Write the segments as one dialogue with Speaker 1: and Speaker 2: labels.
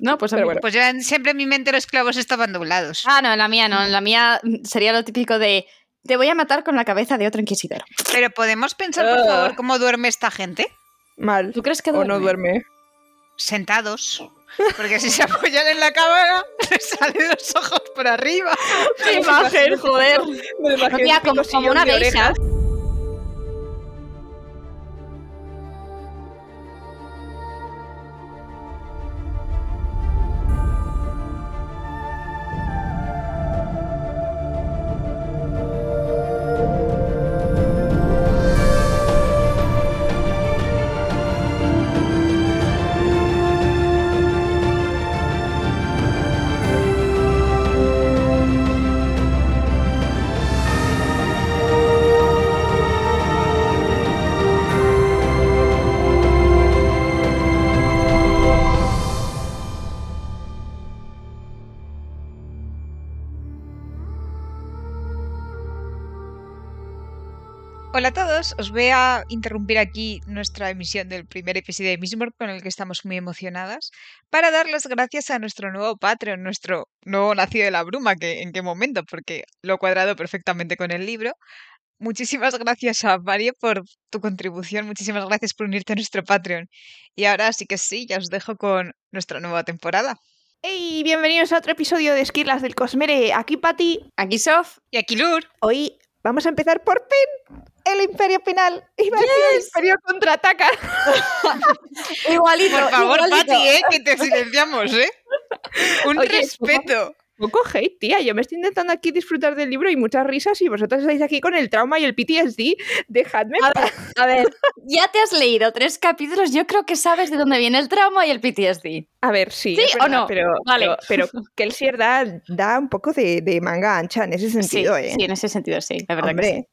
Speaker 1: No, pues, a mí-
Speaker 2: bueno.
Speaker 3: Pues yo en- siempre en mi mente los clavos estaban doblados.
Speaker 1: Ah, no, en la mía no. En la mía sería lo típico de te voy a matar con la cabeza de otro inquisidor.
Speaker 3: Pero podemos pensar, por
Speaker 2: Ah.
Speaker 3: favor, cómo duerme esta gente.
Speaker 2: Mal.
Speaker 1: ¿Tú crees que
Speaker 2: O no duerme.
Speaker 3: Sentados. Porque si se apoyan en la cámara, le salen los ojos por arriba.
Speaker 1: ¡Qué imagen, joder!
Speaker 2: Me
Speaker 1: No,
Speaker 2: imagino
Speaker 1: tía,
Speaker 2: un
Speaker 1: como, como
Speaker 2: sillón
Speaker 1: una
Speaker 2: de orejas.
Speaker 1: geisha.
Speaker 3: Hola a todos, os voy a interrumpir aquí nuestra emisión del primer episodio de Mismor con el que estamos muy emocionadas para dar las gracias a nuestro nuevo Patreon, nuestro nuevo nacido de la bruma, que en qué momento, porque lo he cuadrado perfectamente con el libro. Muchísimas gracias a Mario por tu contribución, muchísimas gracias por unirte a nuestro Patreon. Y ahora sí que sí, ya os dejo con nuestra nueva temporada.
Speaker 4: ¡Hey! Bienvenidos a otro episodio de Esquirlas del Cosmere. Aquí Pati.
Speaker 1: Aquí Sof.
Speaker 3: Y aquí Lur,
Speaker 4: Hoy vamos a empezar por Pen, el Imperio Penal. Iba a decir el Imperio Contraataca.
Speaker 1: Igualito.
Speaker 3: por favor,
Speaker 1: igualito.
Speaker 3: Pati, ¿eh? que te silenciamos, ¿eh? Un
Speaker 4: Oye,
Speaker 3: respeto.
Speaker 4: Poco hate, tía. Yo me estoy intentando aquí disfrutar del libro y muchas risas y vosotros estáis aquí con el trauma y el PTSD. Dejadme.
Speaker 1: A ver, a ver, ya te has leído tres capítulos, yo creo que sabes de dónde viene el trauma y el PTSD.
Speaker 4: A ver, sí.
Speaker 1: ¿Sí
Speaker 4: es
Speaker 1: o
Speaker 4: verdad,
Speaker 1: no?
Speaker 4: Pero,
Speaker 1: Vale.
Speaker 4: pero, pero Kelsier da, da un poco de, de manga ancha en ese sentido,
Speaker 1: sí,
Speaker 4: ¿eh?
Speaker 1: sí, en ese sentido sí, la verdad que sí.
Speaker 4: Hombre.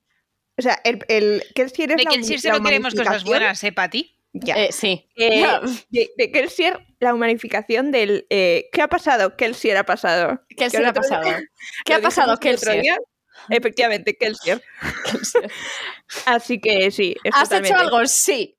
Speaker 4: O sea, el, el Kelsier es
Speaker 3: De
Speaker 4: la
Speaker 3: que en
Speaker 4: humi-
Speaker 3: sí
Speaker 4: la
Speaker 3: solo queremos cosas
Speaker 4: humanificación-
Speaker 3: buenas, ¿eh, Pati?
Speaker 4: Ya.
Speaker 1: Eh, sí.
Speaker 4: Eh, de, de Kelsier, la humanificación del eh, ¿qué ha pasado? Kelsier ha pasado.
Speaker 1: ¿Qué
Speaker 4: que
Speaker 1: le ha
Speaker 4: ahora
Speaker 1: pasado?
Speaker 4: también-
Speaker 1: ¿Qué ha
Speaker 4: Lo dijimos
Speaker 1: pasado,
Speaker 4: el otro
Speaker 1: Kelsier?
Speaker 4: día. Efectivamente, Kelsier.
Speaker 1: Kelsier.
Speaker 4: Así que sí, es
Speaker 1: ¿Has hecho
Speaker 4: totalmente.
Speaker 1: algo? Sí.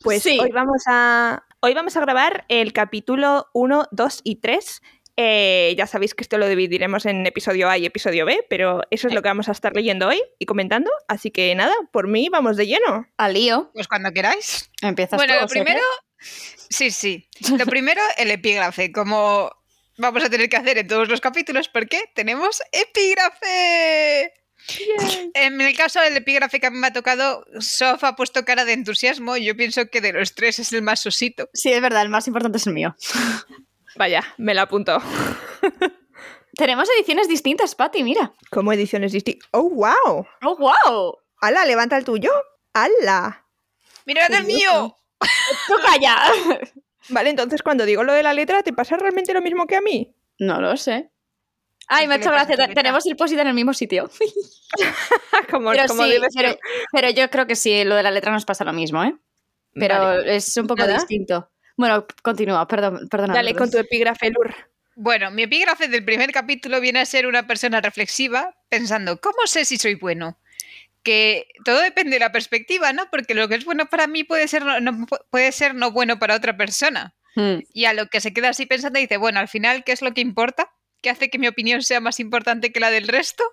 Speaker 4: Pues
Speaker 1: Sí.
Speaker 4: hoy vamos a hoy vamos a grabar el capítulo 1, 2 y 3. Eh, ya sabéis que esto lo dividiremos en episodio A y episodio B, pero eso es lo que vamos a estar leyendo hoy y comentando. Así que nada, por mí vamos de lleno.
Speaker 1: Al lío.
Speaker 3: Pues cuando queráis.
Speaker 1: Empiezas
Speaker 3: Bueno,
Speaker 1: tú,
Speaker 3: lo
Speaker 1: Sofía.
Speaker 3: primero, sí, sí. Lo primero, el epígrafe, como vamos a tener que hacer en todos los capítulos, porque tenemos epígrafe. En el caso del epígrafe que a mí me ha tocado, Sof ha puesto cara de entusiasmo. Yo pienso que de los tres es el más osito.
Speaker 1: Sí, es verdad, el más importante es el mío.
Speaker 4: Vaya, me la apunto.
Speaker 1: Tenemos ediciones distintas, Pati, mira.
Speaker 4: Como ediciones distintas. ¡Oh, wow!
Speaker 1: ¡Oh, wow!
Speaker 4: ¡Hala, levanta el tuyo! ¡Hala!
Speaker 3: ¡Mirad el mío!
Speaker 1: ¡Tú calla!
Speaker 4: Vale, entonces cuando digo lo de la letra, ¿te pasa realmente lo mismo que a mí?
Speaker 1: No lo sé. Ay,
Speaker 3: ¿Qué
Speaker 1: me ha
Speaker 3: le
Speaker 1: hecho
Speaker 3: pasa a
Speaker 1: gracia.
Speaker 3: tu
Speaker 1: te-
Speaker 3: letra?
Speaker 1: Tenemos el post en el mismo sitio.
Speaker 4: Ah, como
Speaker 1: Pero,
Speaker 4: Pues como
Speaker 1: sí,
Speaker 4: debe ser.
Speaker 1: pero, pero yo creo que sí, lo de la letra nos pasa lo mismo, ¿eh? Pero
Speaker 4: Vale.
Speaker 1: es un poco
Speaker 4: Nada.
Speaker 1: distinto. Bueno, continúa, perdón, perdona.
Speaker 4: Dale
Speaker 1: perdón.
Speaker 4: con tu epígrafe, Lur.
Speaker 3: Bueno, mi epígrafe del primer capítulo viene a ser una persona reflexiva pensando, ¿cómo sé si soy bueno? Que todo depende de la perspectiva, ¿no? Porque lo que es bueno para mí puede ser no, no- puede ser no bueno para otra persona.
Speaker 1: Mm,
Speaker 3: Y a lo que se queda así pensando dice, bueno, al final, ¿qué es lo que importa? ¿Qué hace que mi opinión sea más importante que la del resto?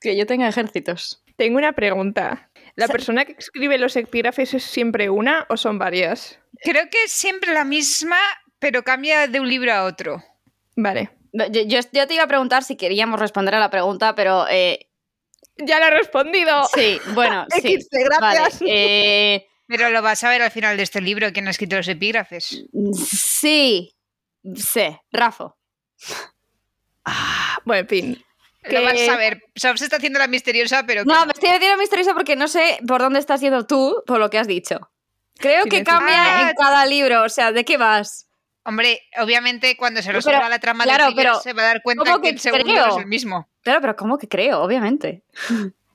Speaker 1: que yo tenga ejércitos.
Speaker 4: Tengo una pregunta. ¿La
Speaker 1: Sa-
Speaker 4: persona que escribe los epígrafes es siempre una o son varias?
Speaker 3: Creo que es siempre la misma, pero cambia de un libro a otro.
Speaker 4: Vale.
Speaker 1: No, Yo, yo- yo te iba a preguntar si queríamos responder a la pregunta, pero eh,
Speaker 4: Ya la he respondido.
Speaker 1: sí, bueno, sí.
Speaker 4: X, gracias.
Speaker 1: Vale, eh,
Speaker 3: Pero lo vas a ver al final de este libro, quién ha escrito los epígrafes.
Speaker 1: sí, sí, Rafa. eh.
Speaker 4: Bueno, en fin.
Speaker 3: Lo vas
Speaker 4: Que-
Speaker 3: a ver. Sof se está haciendo la misteriosa, pero...
Speaker 1: No, me estoy metiendo misteriosa porque no sé por dónde estás yendo tú por lo que has dicho. Creo
Speaker 4: Sí,
Speaker 1: que
Speaker 4: me-
Speaker 1: cambia
Speaker 3: Ah,
Speaker 1: en cada libro, o sea, ¿de qué vas?
Speaker 3: Hombre, obviamente cuando se
Speaker 1: Pero,
Speaker 3: resuelva la trama
Speaker 1: claro,
Speaker 3: del primero
Speaker 1: pero,
Speaker 3: se va a dar cuenta
Speaker 1: ¿cómo
Speaker 3: que
Speaker 1: que
Speaker 3: el segundo
Speaker 1: creo?
Speaker 3: es el mismo.
Speaker 1: Claro, pero ¿cómo que creo? Obviamente.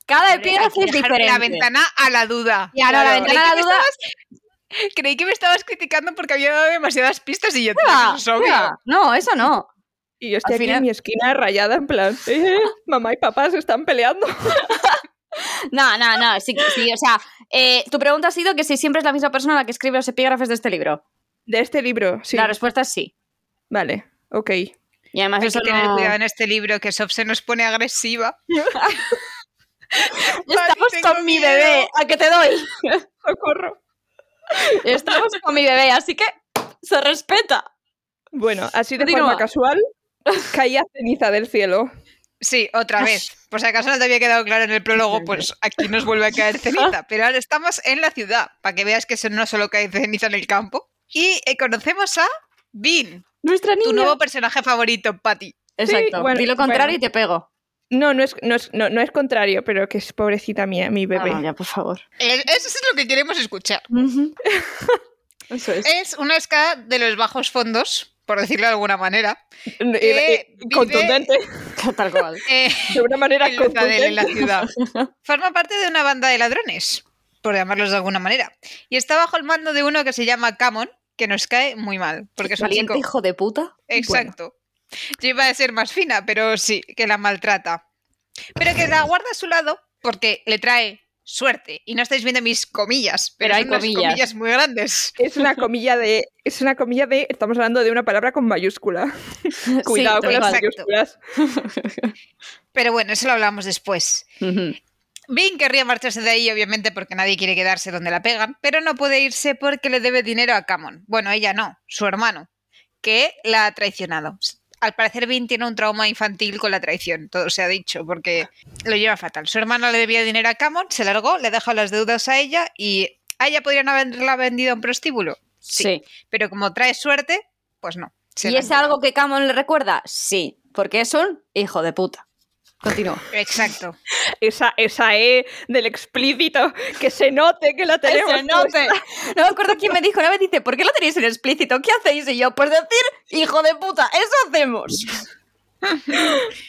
Speaker 1: Cada
Speaker 3: Hombre, hay
Speaker 1: epígrafe
Speaker 3: que
Speaker 1: es
Speaker 3: dejarme
Speaker 1: diferente.
Speaker 3: La ventana a la duda.
Speaker 1: Ya, no, la
Speaker 3: Claro.
Speaker 1: ventana a la
Speaker 3: Creí que me
Speaker 1: duda-
Speaker 3: estabas- Creí que me estabas criticando porque había dado demasiadas pistas y yo
Speaker 1: ¿Qué va?
Speaker 3: "Tío, eso es obvio".
Speaker 1: ¿Qué va? No, eso no.
Speaker 4: Y yo estoy
Speaker 1: Al
Speaker 4: aquí
Speaker 1: final-
Speaker 4: en mi esquina rayada en plan, "Eh, mamá y papá se están peleando.
Speaker 1: No, no, no. Sí, sí, o sea, eh, tu pregunta ha sido que si siempre es la misma persona la que escribe los epígrafes de este libro.
Speaker 4: De este libro, sí.
Speaker 1: La respuesta es sí.
Speaker 4: Vale, ok.
Speaker 1: Y además
Speaker 3: Hay
Speaker 1: eso
Speaker 3: que tener
Speaker 1: no-
Speaker 3: cuidado en este libro que Sof se nos pone agresiva.
Speaker 1: Estamos
Speaker 3: Vale, tengo
Speaker 1: con mi bebé,
Speaker 3: miedo.
Speaker 1: a que te doy.
Speaker 4: Socorro.
Speaker 1: Estamos con mi bebé, así que se respeta.
Speaker 4: Bueno, así de
Speaker 1: Continúa.
Speaker 4: forma casual, caía ceniza del cielo.
Speaker 3: Sí, otra vez. Por si acaso no te había quedado claro en el prólogo, pues aquí nos vuelve a caer ceniza. Pero ahora estamos en la ciudad, para que veas que eso no solo cae ceniza en el campo. Y eh, conocemos a Bean,
Speaker 1: Nuestra niña.
Speaker 3: tu nuevo personaje favorito, Patty.
Speaker 1: Exacto.
Speaker 4: Sí, bueno,
Speaker 1: Di lo contrario
Speaker 4: bueno.
Speaker 1: y te pego.
Speaker 4: No, no es, no, es, no, no es contrario, pero que es pobrecita mía, mi bebé.
Speaker 1: Ah, ya, por favor.
Speaker 3: Eh, Eso es lo que queremos escuchar.
Speaker 4: Eso es.
Speaker 3: Es una ska de los bajos fondos, por decirlo de alguna manera.
Speaker 4: Era-
Speaker 3: que
Speaker 4: era contundente,
Speaker 1: Tal cual.
Speaker 3: Eh,
Speaker 4: de una manera
Speaker 3: en la ciudad- en la
Speaker 4: contundente.
Speaker 3: ciudad. Forma parte de una banda de ladrones, por llamarlos de alguna manera. Y está bajo el mando de uno que se llama Camon, que nos cae muy mal, porque es un
Speaker 1: Valiente
Speaker 3: chico.
Speaker 1: hijo de puta.
Speaker 3: Exacto. Yo iba a ser más fina, pero sí, que la maltrata. Pero que la guarda a su lado porque le trae suerte. Y no estáis viendo mis comillas, pero,
Speaker 1: Pero hay
Speaker 3: hay unas
Speaker 1: comillas.
Speaker 3: comillas. muy grandes.
Speaker 4: Es una comilla de. Es una comilla de. Estamos hablando de una palabra con mayúscula.
Speaker 1: Sí,
Speaker 4: Cuidado con
Speaker 1: tal
Speaker 4: las
Speaker 1: cual.
Speaker 3: Exacto.
Speaker 4: mayúsculas.
Speaker 3: Pero bueno, eso lo hablamos después.
Speaker 1: Ujú.
Speaker 3: Bing querría marcharse de ahí, obviamente, porque nadie quiere quedarse donde la pegan, pero no puede irse porque le debe dinero a Camon. Bueno, ella no, su hermano, que la ha traicionado. Al parecer, Bing tiene un trauma infantil con la traición, todo se ha dicho, porque lo lleva fatal. Su hermano le debía dinero a Camon, se largó, le dejó las deudas a ella y a ella podrían haberla vendido a un prostíbulo. Sí.
Speaker 1: Sí.
Speaker 3: Pero como trae suerte, pues no. se
Speaker 1: ¿Y
Speaker 3: la
Speaker 1: es
Speaker 3: han
Speaker 1: algo que Camon le recuerda? Sí, porque es un hijo de puta. Continúa.
Speaker 3: llevado. Exacto.
Speaker 4: Esa, esa E del explícito. Que se note que la tenemos. puesta.
Speaker 1: No me acuerdo quién me dijo una vez, dice, ¿por qué lo tenéis en explícito? ¿Qué hacéis? Y yo, pues decir, hijo de puta, eso hacemos.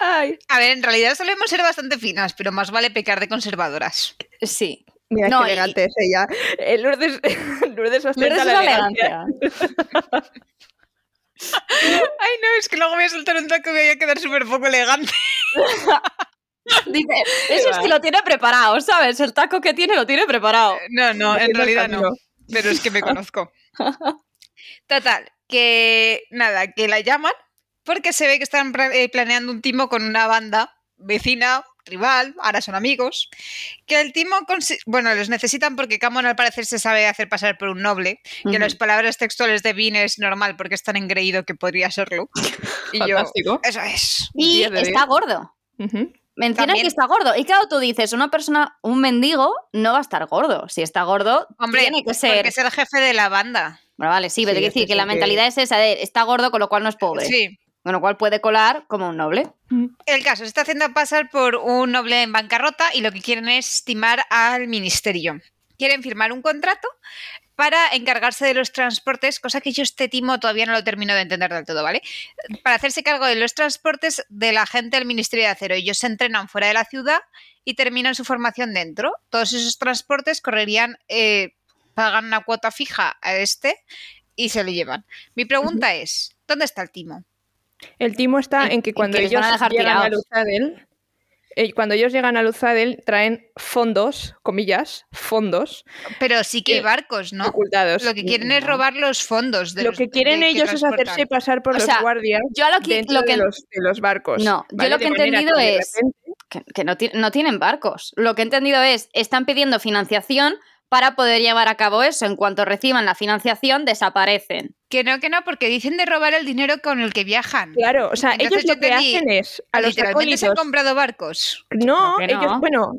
Speaker 4: Ay.
Speaker 3: A ver, en realidad solemos ser bastante finas, pero más vale pecar de conservadoras.
Speaker 1: Sí.
Speaker 4: Mira
Speaker 1: No,
Speaker 4: qué
Speaker 1: y-
Speaker 4: elegante es ella. Eh, Lourdes, Lourdes ostenta
Speaker 1: Lourdes es
Speaker 4: la
Speaker 1: la
Speaker 4: elegancia.
Speaker 1: elegancia.
Speaker 3: Ay, no, es que luego voy a soltar un taco y voy a quedar súper poco elegante.
Speaker 1: Dice, eso es
Speaker 4: va.
Speaker 1: que lo tiene preparado, ¿sabes? El taco que tiene lo tiene preparado.
Speaker 3: No, no, en
Speaker 4: Haciendo el
Speaker 3: realidad no.
Speaker 4: camino.
Speaker 3: Pero es que me conozco. Total, que nada, que la llaman porque se ve que están pla- eh, planeando un timo con una banda vecina, rival, ahora son amigos. Que el timo, consi- bueno, los necesitan porque Camon al parecer se sabe hacer pasar por un noble. Que
Speaker 1: Ujú.
Speaker 3: las palabras textuales de Bean es normal porque es tan engreído que podría serlo. Y yo,
Speaker 4: Fantástico.
Speaker 3: eso es.
Speaker 1: Y
Speaker 4: Diez de
Speaker 1: está gordo.
Speaker 4: Ujú.
Speaker 1: Mencionan
Speaker 3: También.
Speaker 1: que está gordo. Y claro, tú dices, una persona, un mendigo, no va a estar gordo. Si está gordo,
Speaker 3: Hombre, pues
Speaker 1: tiene que ser.
Speaker 3: Porque es el jefe de la banda.
Speaker 1: Bueno, vale, sí, pero
Speaker 4: Sí,
Speaker 1: hay que decir
Speaker 4: sí,
Speaker 1: que
Speaker 4: sí,
Speaker 1: la
Speaker 4: que-
Speaker 1: mentalidad es esa de está gordo, con lo cual no es pobre.
Speaker 3: Sí.
Speaker 1: Con lo cual puede colar como un noble.
Speaker 3: El caso se está haciendo pasar por un noble en bancarrota y lo que quieren es estimar al ministerio. Quieren firmar un contrato para encargarse de los transportes, cosa que yo este timo todavía no lo termino de entender del todo, ¿vale? Para hacerse cargo de los transportes de la gente del Ministerio de Acero. Ellos se entrenan fuera de la ciudad y terminan su formación dentro. Todos esos transportes correrían, eh, pagan una cuota fija a este y se lo llevan. Mi pregunta es, ¿dónde está el timo?
Speaker 4: El timo está
Speaker 1: En-
Speaker 4: en que
Speaker 1: en
Speaker 4: cuando
Speaker 1: que les
Speaker 4: ellos
Speaker 1: van a dejar
Speaker 4: llegan a
Speaker 1: tirados.
Speaker 4: Luzadel, eh, cuando ellos llegan a Luzadel traen fondos, comillas, fondos
Speaker 3: Pero sí que hay
Speaker 4: Eh,
Speaker 3: barcos, ¿no?
Speaker 4: ocultados.
Speaker 3: Lo que quieren es
Speaker 1: no.
Speaker 3: robar los fondos. De
Speaker 4: Lo
Speaker 3: los-
Speaker 4: que quieren
Speaker 3: de-
Speaker 4: ellos es
Speaker 3: transportan.
Speaker 4: hacerse pasar por
Speaker 1: O
Speaker 4: los
Speaker 1: sea,
Speaker 4: guardias
Speaker 1: Yo lo que,
Speaker 4: dentro
Speaker 1: lo que,
Speaker 4: de, los, de los barcos.
Speaker 1: No, yo lo
Speaker 4: De
Speaker 1: que he
Speaker 4: manera
Speaker 1: entendido
Speaker 4: que de
Speaker 1: es-
Speaker 4: repente-
Speaker 1: que, que no, ti- no tienen barcos. Lo que he entendido es, están pidiendo financiación para poder llevar a cabo eso. En cuanto reciban la financiación, desaparecen.
Speaker 3: Que no, que no, porque dicen de robar el dinero con el que viajan.
Speaker 4: Claro, o sea, ellos
Speaker 3: Entonces yo
Speaker 4: lo que
Speaker 3: entendí,
Speaker 4: hacen es a los
Speaker 3: Literalmente se han
Speaker 4: acólitos-
Speaker 3: comprado barcos.
Speaker 4: No,
Speaker 1: Creo que
Speaker 4: ellos,
Speaker 1: no.
Speaker 4: bueno,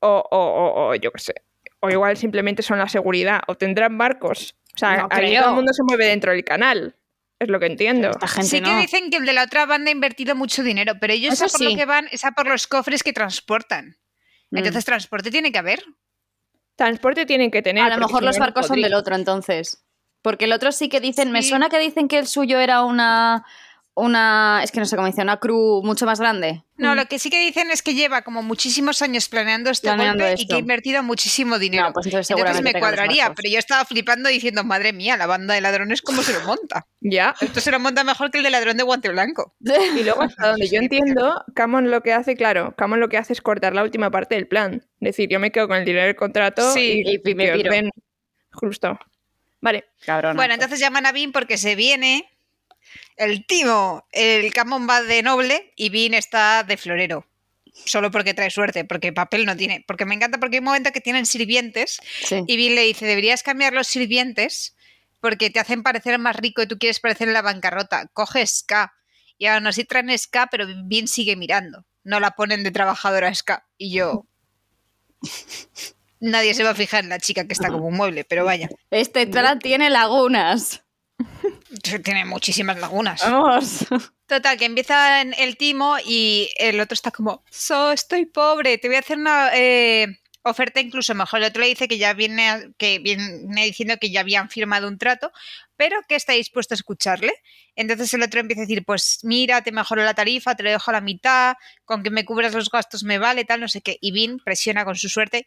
Speaker 4: o, o- o- o yo qué sé, o igual simplemente son la seguridad, o tendrán barcos. O sea,
Speaker 1: No
Speaker 4: ahí
Speaker 1: creo.
Speaker 4: todo el mundo se mueve dentro del canal. Es lo que entiendo.
Speaker 1: Esta gente
Speaker 3: sí que
Speaker 1: no.
Speaker 3: dicen que el de la otra banda ha invertido mucho dinero, pero ellos
Speaker 1: Eso
Speaker 3: a por
Speaker 1: sí.
Speaker 3: lo que van es a por los cofres que transportan.
Speaker 1: Mm.
Speaker 3: Entonces transporte tiene que haber.
Speaker 4: Transporte tienen que tener.
Speaker 1: a lo
Speaker 4: porque
Speaker 1: mejor
Speaker 4: si
Speaker 1: los
Speaker 4: no, no
Speaker 1: barcos son
Speaker 4: podría.
Speaker 1: del otro, entonces. Porque el otro sí que dicen, me
Speaker 3: Sí.
Speaker 1: suena que dicen que el suyo era una, una, es que no sé cómo dice, una crew mucho más grande.
Speaker 3: No, lo que sí que dicen es que lleva como muchísimos años planeando este
Speaker 1: Planeando
Speaker 3: golpe y
Speaker 1: esto.
Speaker 3: que ha invertido muchísimo dinero.
Speaker 1: No, pues entonces
Speaker 3: Entonces
Speaker 1: seguramente
Speaker 3: me
Speaker 1: tengan los
Speaker 3: cuadraría,
Speaker 1: barcos.
Speaker 3: pero yo estaba flipando diciendo, madre mía, la banda de ladrones, ¿cómo se lo monta?
Speaker 4: Ya.
Speaker 3: Esto se lo monta mejor que el de ladrón de guante blanco.
Speaker 4: Y luego, hasta donde yo
Speaker 3: Sí, porque-
Speaker 4: entiendo, Camon lo que hace, claro, Camon lo que hace es cortar la última parte del plan. decir, yo me quedo con el dinero del contrato
Speaker 3: Sí,
Speaker 4: y,
Speaker 1: y me
Speaker 4: que os
Speaker 1: piro.
Speaker 4: den justo. Vale.
Speaker 1: Cabrón.
Speaker 3: Bueno, entonces llaman a Bean porque se viene El Timo, el Camón va de noble y Bean está de florero. Solo porque trae suerte, porque papel no tiene. Porque me encanta, porque hay un momento que tienen sirvientes
Speaker 1: Sí.
Speaker 3: y Bean le dice, deberías cambiar los sirvientes porque te hacen parecer más rico y tú quieres parecer en la bancarrota. Coge Ska. Y aún así traen Ska, pero Bean sigue mirando. No la ponen de trabajadora Ska. Y yo... Nadie se va a fijar en la chica que está como un mueble, pero vaya.
Speaker 1: Este clan tiene lagunas.
Speaker 3: Tiene muchísimas lagunas.
Speaker 1: Ah. Vamos.
Speaker 3: Total, que empieza en- el timo y el otro está como, so, estoy pobre, te voy a hacer una eh, oferta incluso mejor. El otro le dice que ya viene, a- que viene diciendo que ya habían firmado un trato, pero que está dispuesto a escucharle. Entonces el otro empieza a decir, pues mira, te mejoro la tarifa, te lo dejo a la mitad, con que me cubras los gastos me vale, tal, no sé qué. Y Vin presiona con su suerte,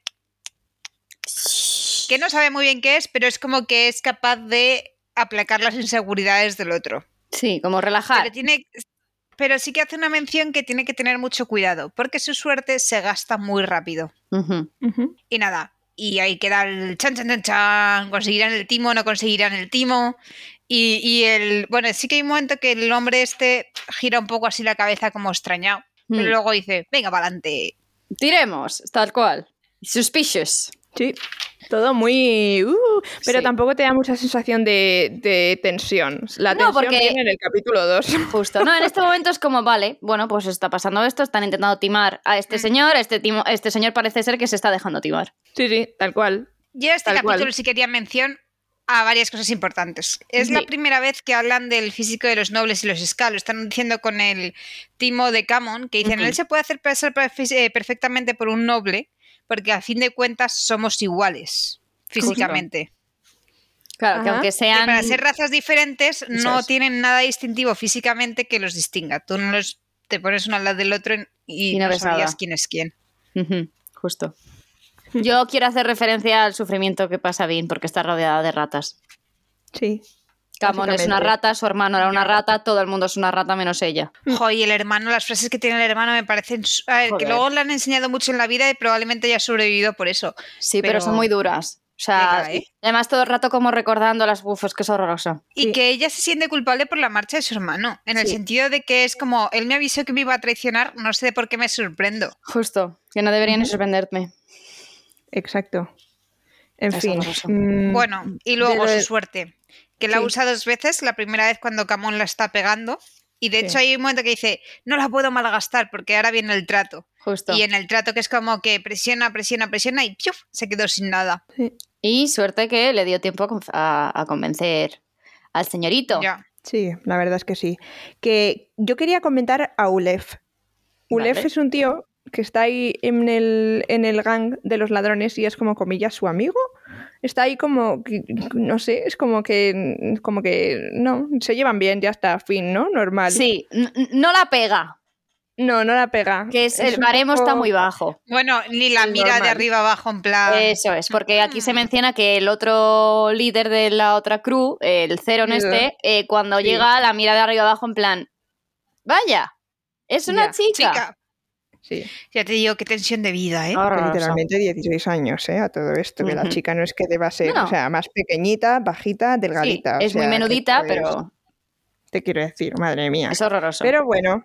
Speaker 3: que no sabe muy bien qué es, pero es como que es capaz de aplacar las inseguridades del otro.
Speaker 1: Sí, como relajar.
Speaker 3: Pero, tiene, pero sí que hace una mención que tiene que tener mucho cuidado, porque su suerte se gasta muy rápido.
Speaker 1: Ujú.
Speaker 4: Ujú.
Speaker 3: Y nada, y ahí queda el chan, chan, chan, chan, conseguirán el timo, no conseguirán el timo. Y, y el, bueno, sí que hay un momento que el hombre este gira un poco así la cabeza como extrañado, pero
Speaker 1: Mm.
Speaker 3: luego dice, venga, pa'lante.
Speaker 1: Tiremos, tal cual. Suspicious.
Speaker 4: Sí, todo muy... uh, pero
Speaker 1: Sí.
Speaker 4: tampoco te da mucha sensación de, de tensión. La
Speaker 1: No,
Speaker 4: tensión
Speaker 1: porque-
Speaker 4: viene en el capítulo 2.
Speaker 1: Justo. No, en este momento es como, vale, bueno, pues está pasando esto, están intentando timar a este
Speaker 3: Mm.
Speaker 1: señor, este, timo- este señor parece ser que se está dejando timar.
Speaker 4: Sí, sí, tal cual.
Speaker 3: Yo este
Speaker 4: Tal cual.
Speaker 3: capítulo sí quería mención a varias cosas importantes. Es la
Speaker 4: Sí.
Speaker 3: primera vez que hablan del físico de los nobles y los escalos. Están diciendo con el timo de Camon que dicen,
Speaker 1: Ujú.
Speaker 3: él se puede hacer pasar perfe- eh, perfectamente por un noble porque a fin de cuentas somos iguales físicamente.
Speaker 1: Claro, que
Speaker 4: Ajá.
Speaker 1: aunque
Speaker 3: Que
Speaker 1: sean...
Speaker 3: para ser razas diferentes no
Speaker 1: es.
Speaker 3: tienen nada distintivo físicamente que los distinga. Tú no los, te pones uno al lado del otro y,
Speaker 1: Y no
Speaker 3: no,
Speaker 1: ves nada.
Speaker 3: sabías quién es quién.
Speaker 1: Ujú, Justo. Yo quiero hacer referencia al sufrimiento que pasa Vin porque está rodeada de ratas.
Speaker 4: Sí.
Speaker 1: Camón es una
Speaker 4: Básicamente.
Speaker 1: rata, su hermano era una rata, todo el mundo es una rata menos ella.
Speaker 4: Mm.
Speaker 3: Jo, y el hermano, las frases que tiene el hermano me parecen. su- a ver, que
Speaker 1: Joder.
Speaker 3: luego le han enseñado mucho en la vida y probablemente haya sobrevivido por eso.
Speaker 1: Sí, pero,
Speaker 3: Pero-
Speaker 1: son muy duras. O sea,
Speaker 3: Venga, ¿eh?
Speaker 1: además todo el rato como recordando las bufos, que es horroroso.
Speaker 3: Y
Speaker 4: Sí.
Speaker 3: que ella se siente culpable por la marcha de su hermano. En el
Speaker 1: Sí.
Speaker 3: sentido de que es como, él me avisó que me iba a traicionar, no sé de por qué me sorprendo.
Speaker 1: Justo, que no deberían ni sorprenderme.
Speaker 4: Exacto. En
Speaker 1: Es
Speaker 4: fin.
Speaker 1: horroroso.
Speaker 4: mm,
Speaker 3: Bueno, y luego
Speaker 4: de-
Speaker 3: su suerte. Que la
Speaker 4: Sí.
Speaker 3: usa dos veces, la primera vez cuando Camón la está pegando. Y de
Speaker 4: Sí.
Speaker 3: hecho hay un momento que dice, no la puedo malgastar porque ahora viene el trato.
Speaker 1: Justo.
Speaker 3: Y en el trato que es como que presiona, presiona, presiona y ¡piuf! se quedó sin nada.
Speaker 4: Sí.
Speaker 1: Y suerte que le dio tiempo a, conf- a- a convencer al señorito.
Speaker 3: Ya.
Speaker 4: Sí, la verdad es que sí. Que yo quería comentar a Ulef. Ulef
Speaker 1: Vale.
Speaker 4: es un tío que está ahí en el, en el gang de los ladrones y es como comillas su amigo. Está ahí como, que- no sé, es como que, como que, no, se llevan bien, ya está, fin, ¿no? Normal.
Speaker 1: Sí, n- n- no la pega,
Speaker 4: No, no la pega.
Speaker 1: que es, el
Speaker 4: un
Speaker 1: baremo está
Speaker 4: poco-
Speaker 1: muy bajo.
Speaker 3: Bueno, ni la
Speaker 4: Sí,
Speaker 3: mira de
Speaker 4: normal.
Speaker 3: arriba abajo en plan.
Speaker 4: Ah.
Speaker 1: Eso es, porque aquí se
Speaker 3: Mm.
Speaker 1: menciona que el otro líder de la otra crew, el cero en
Speaker 4: Sí.
Speaker 1: este, eh, cuando
Speaker 4: Sí.
Speaker 1: llega la mira de arriba abajo en plan, vaya, es una
Speaker 4: Ya, ¿eh?
Speaker 1: chica.
Speaker 3: Chica,
Speaker 4: Sí,
Speaker 3: ya te digo, qué tensión de vida, ¿eh?
Speaker 4: Ah,
Speaker 1: Horroroso.
Speaker 4: Pues literalmente 16 años, ¿eh? A todo esto, que la
Speaker 1: Ujú.
Speaker 4: chica no es que deba ser,
Speaker 1: No.
Speaker 4: o sea, más pequeñita, bajita,
Speaker 1: Sí,
Speaker 4: delgadita. o
Speaker 1: es muy
Speaker 4: sea, que
Speaker 1: menudita,
Speaker 4: pues,
Speaker 1: pero
Speaker 4: Te quiero decir, madre mía.
Speaker 1: es horroroso.
Speaker 4: Pero bueno,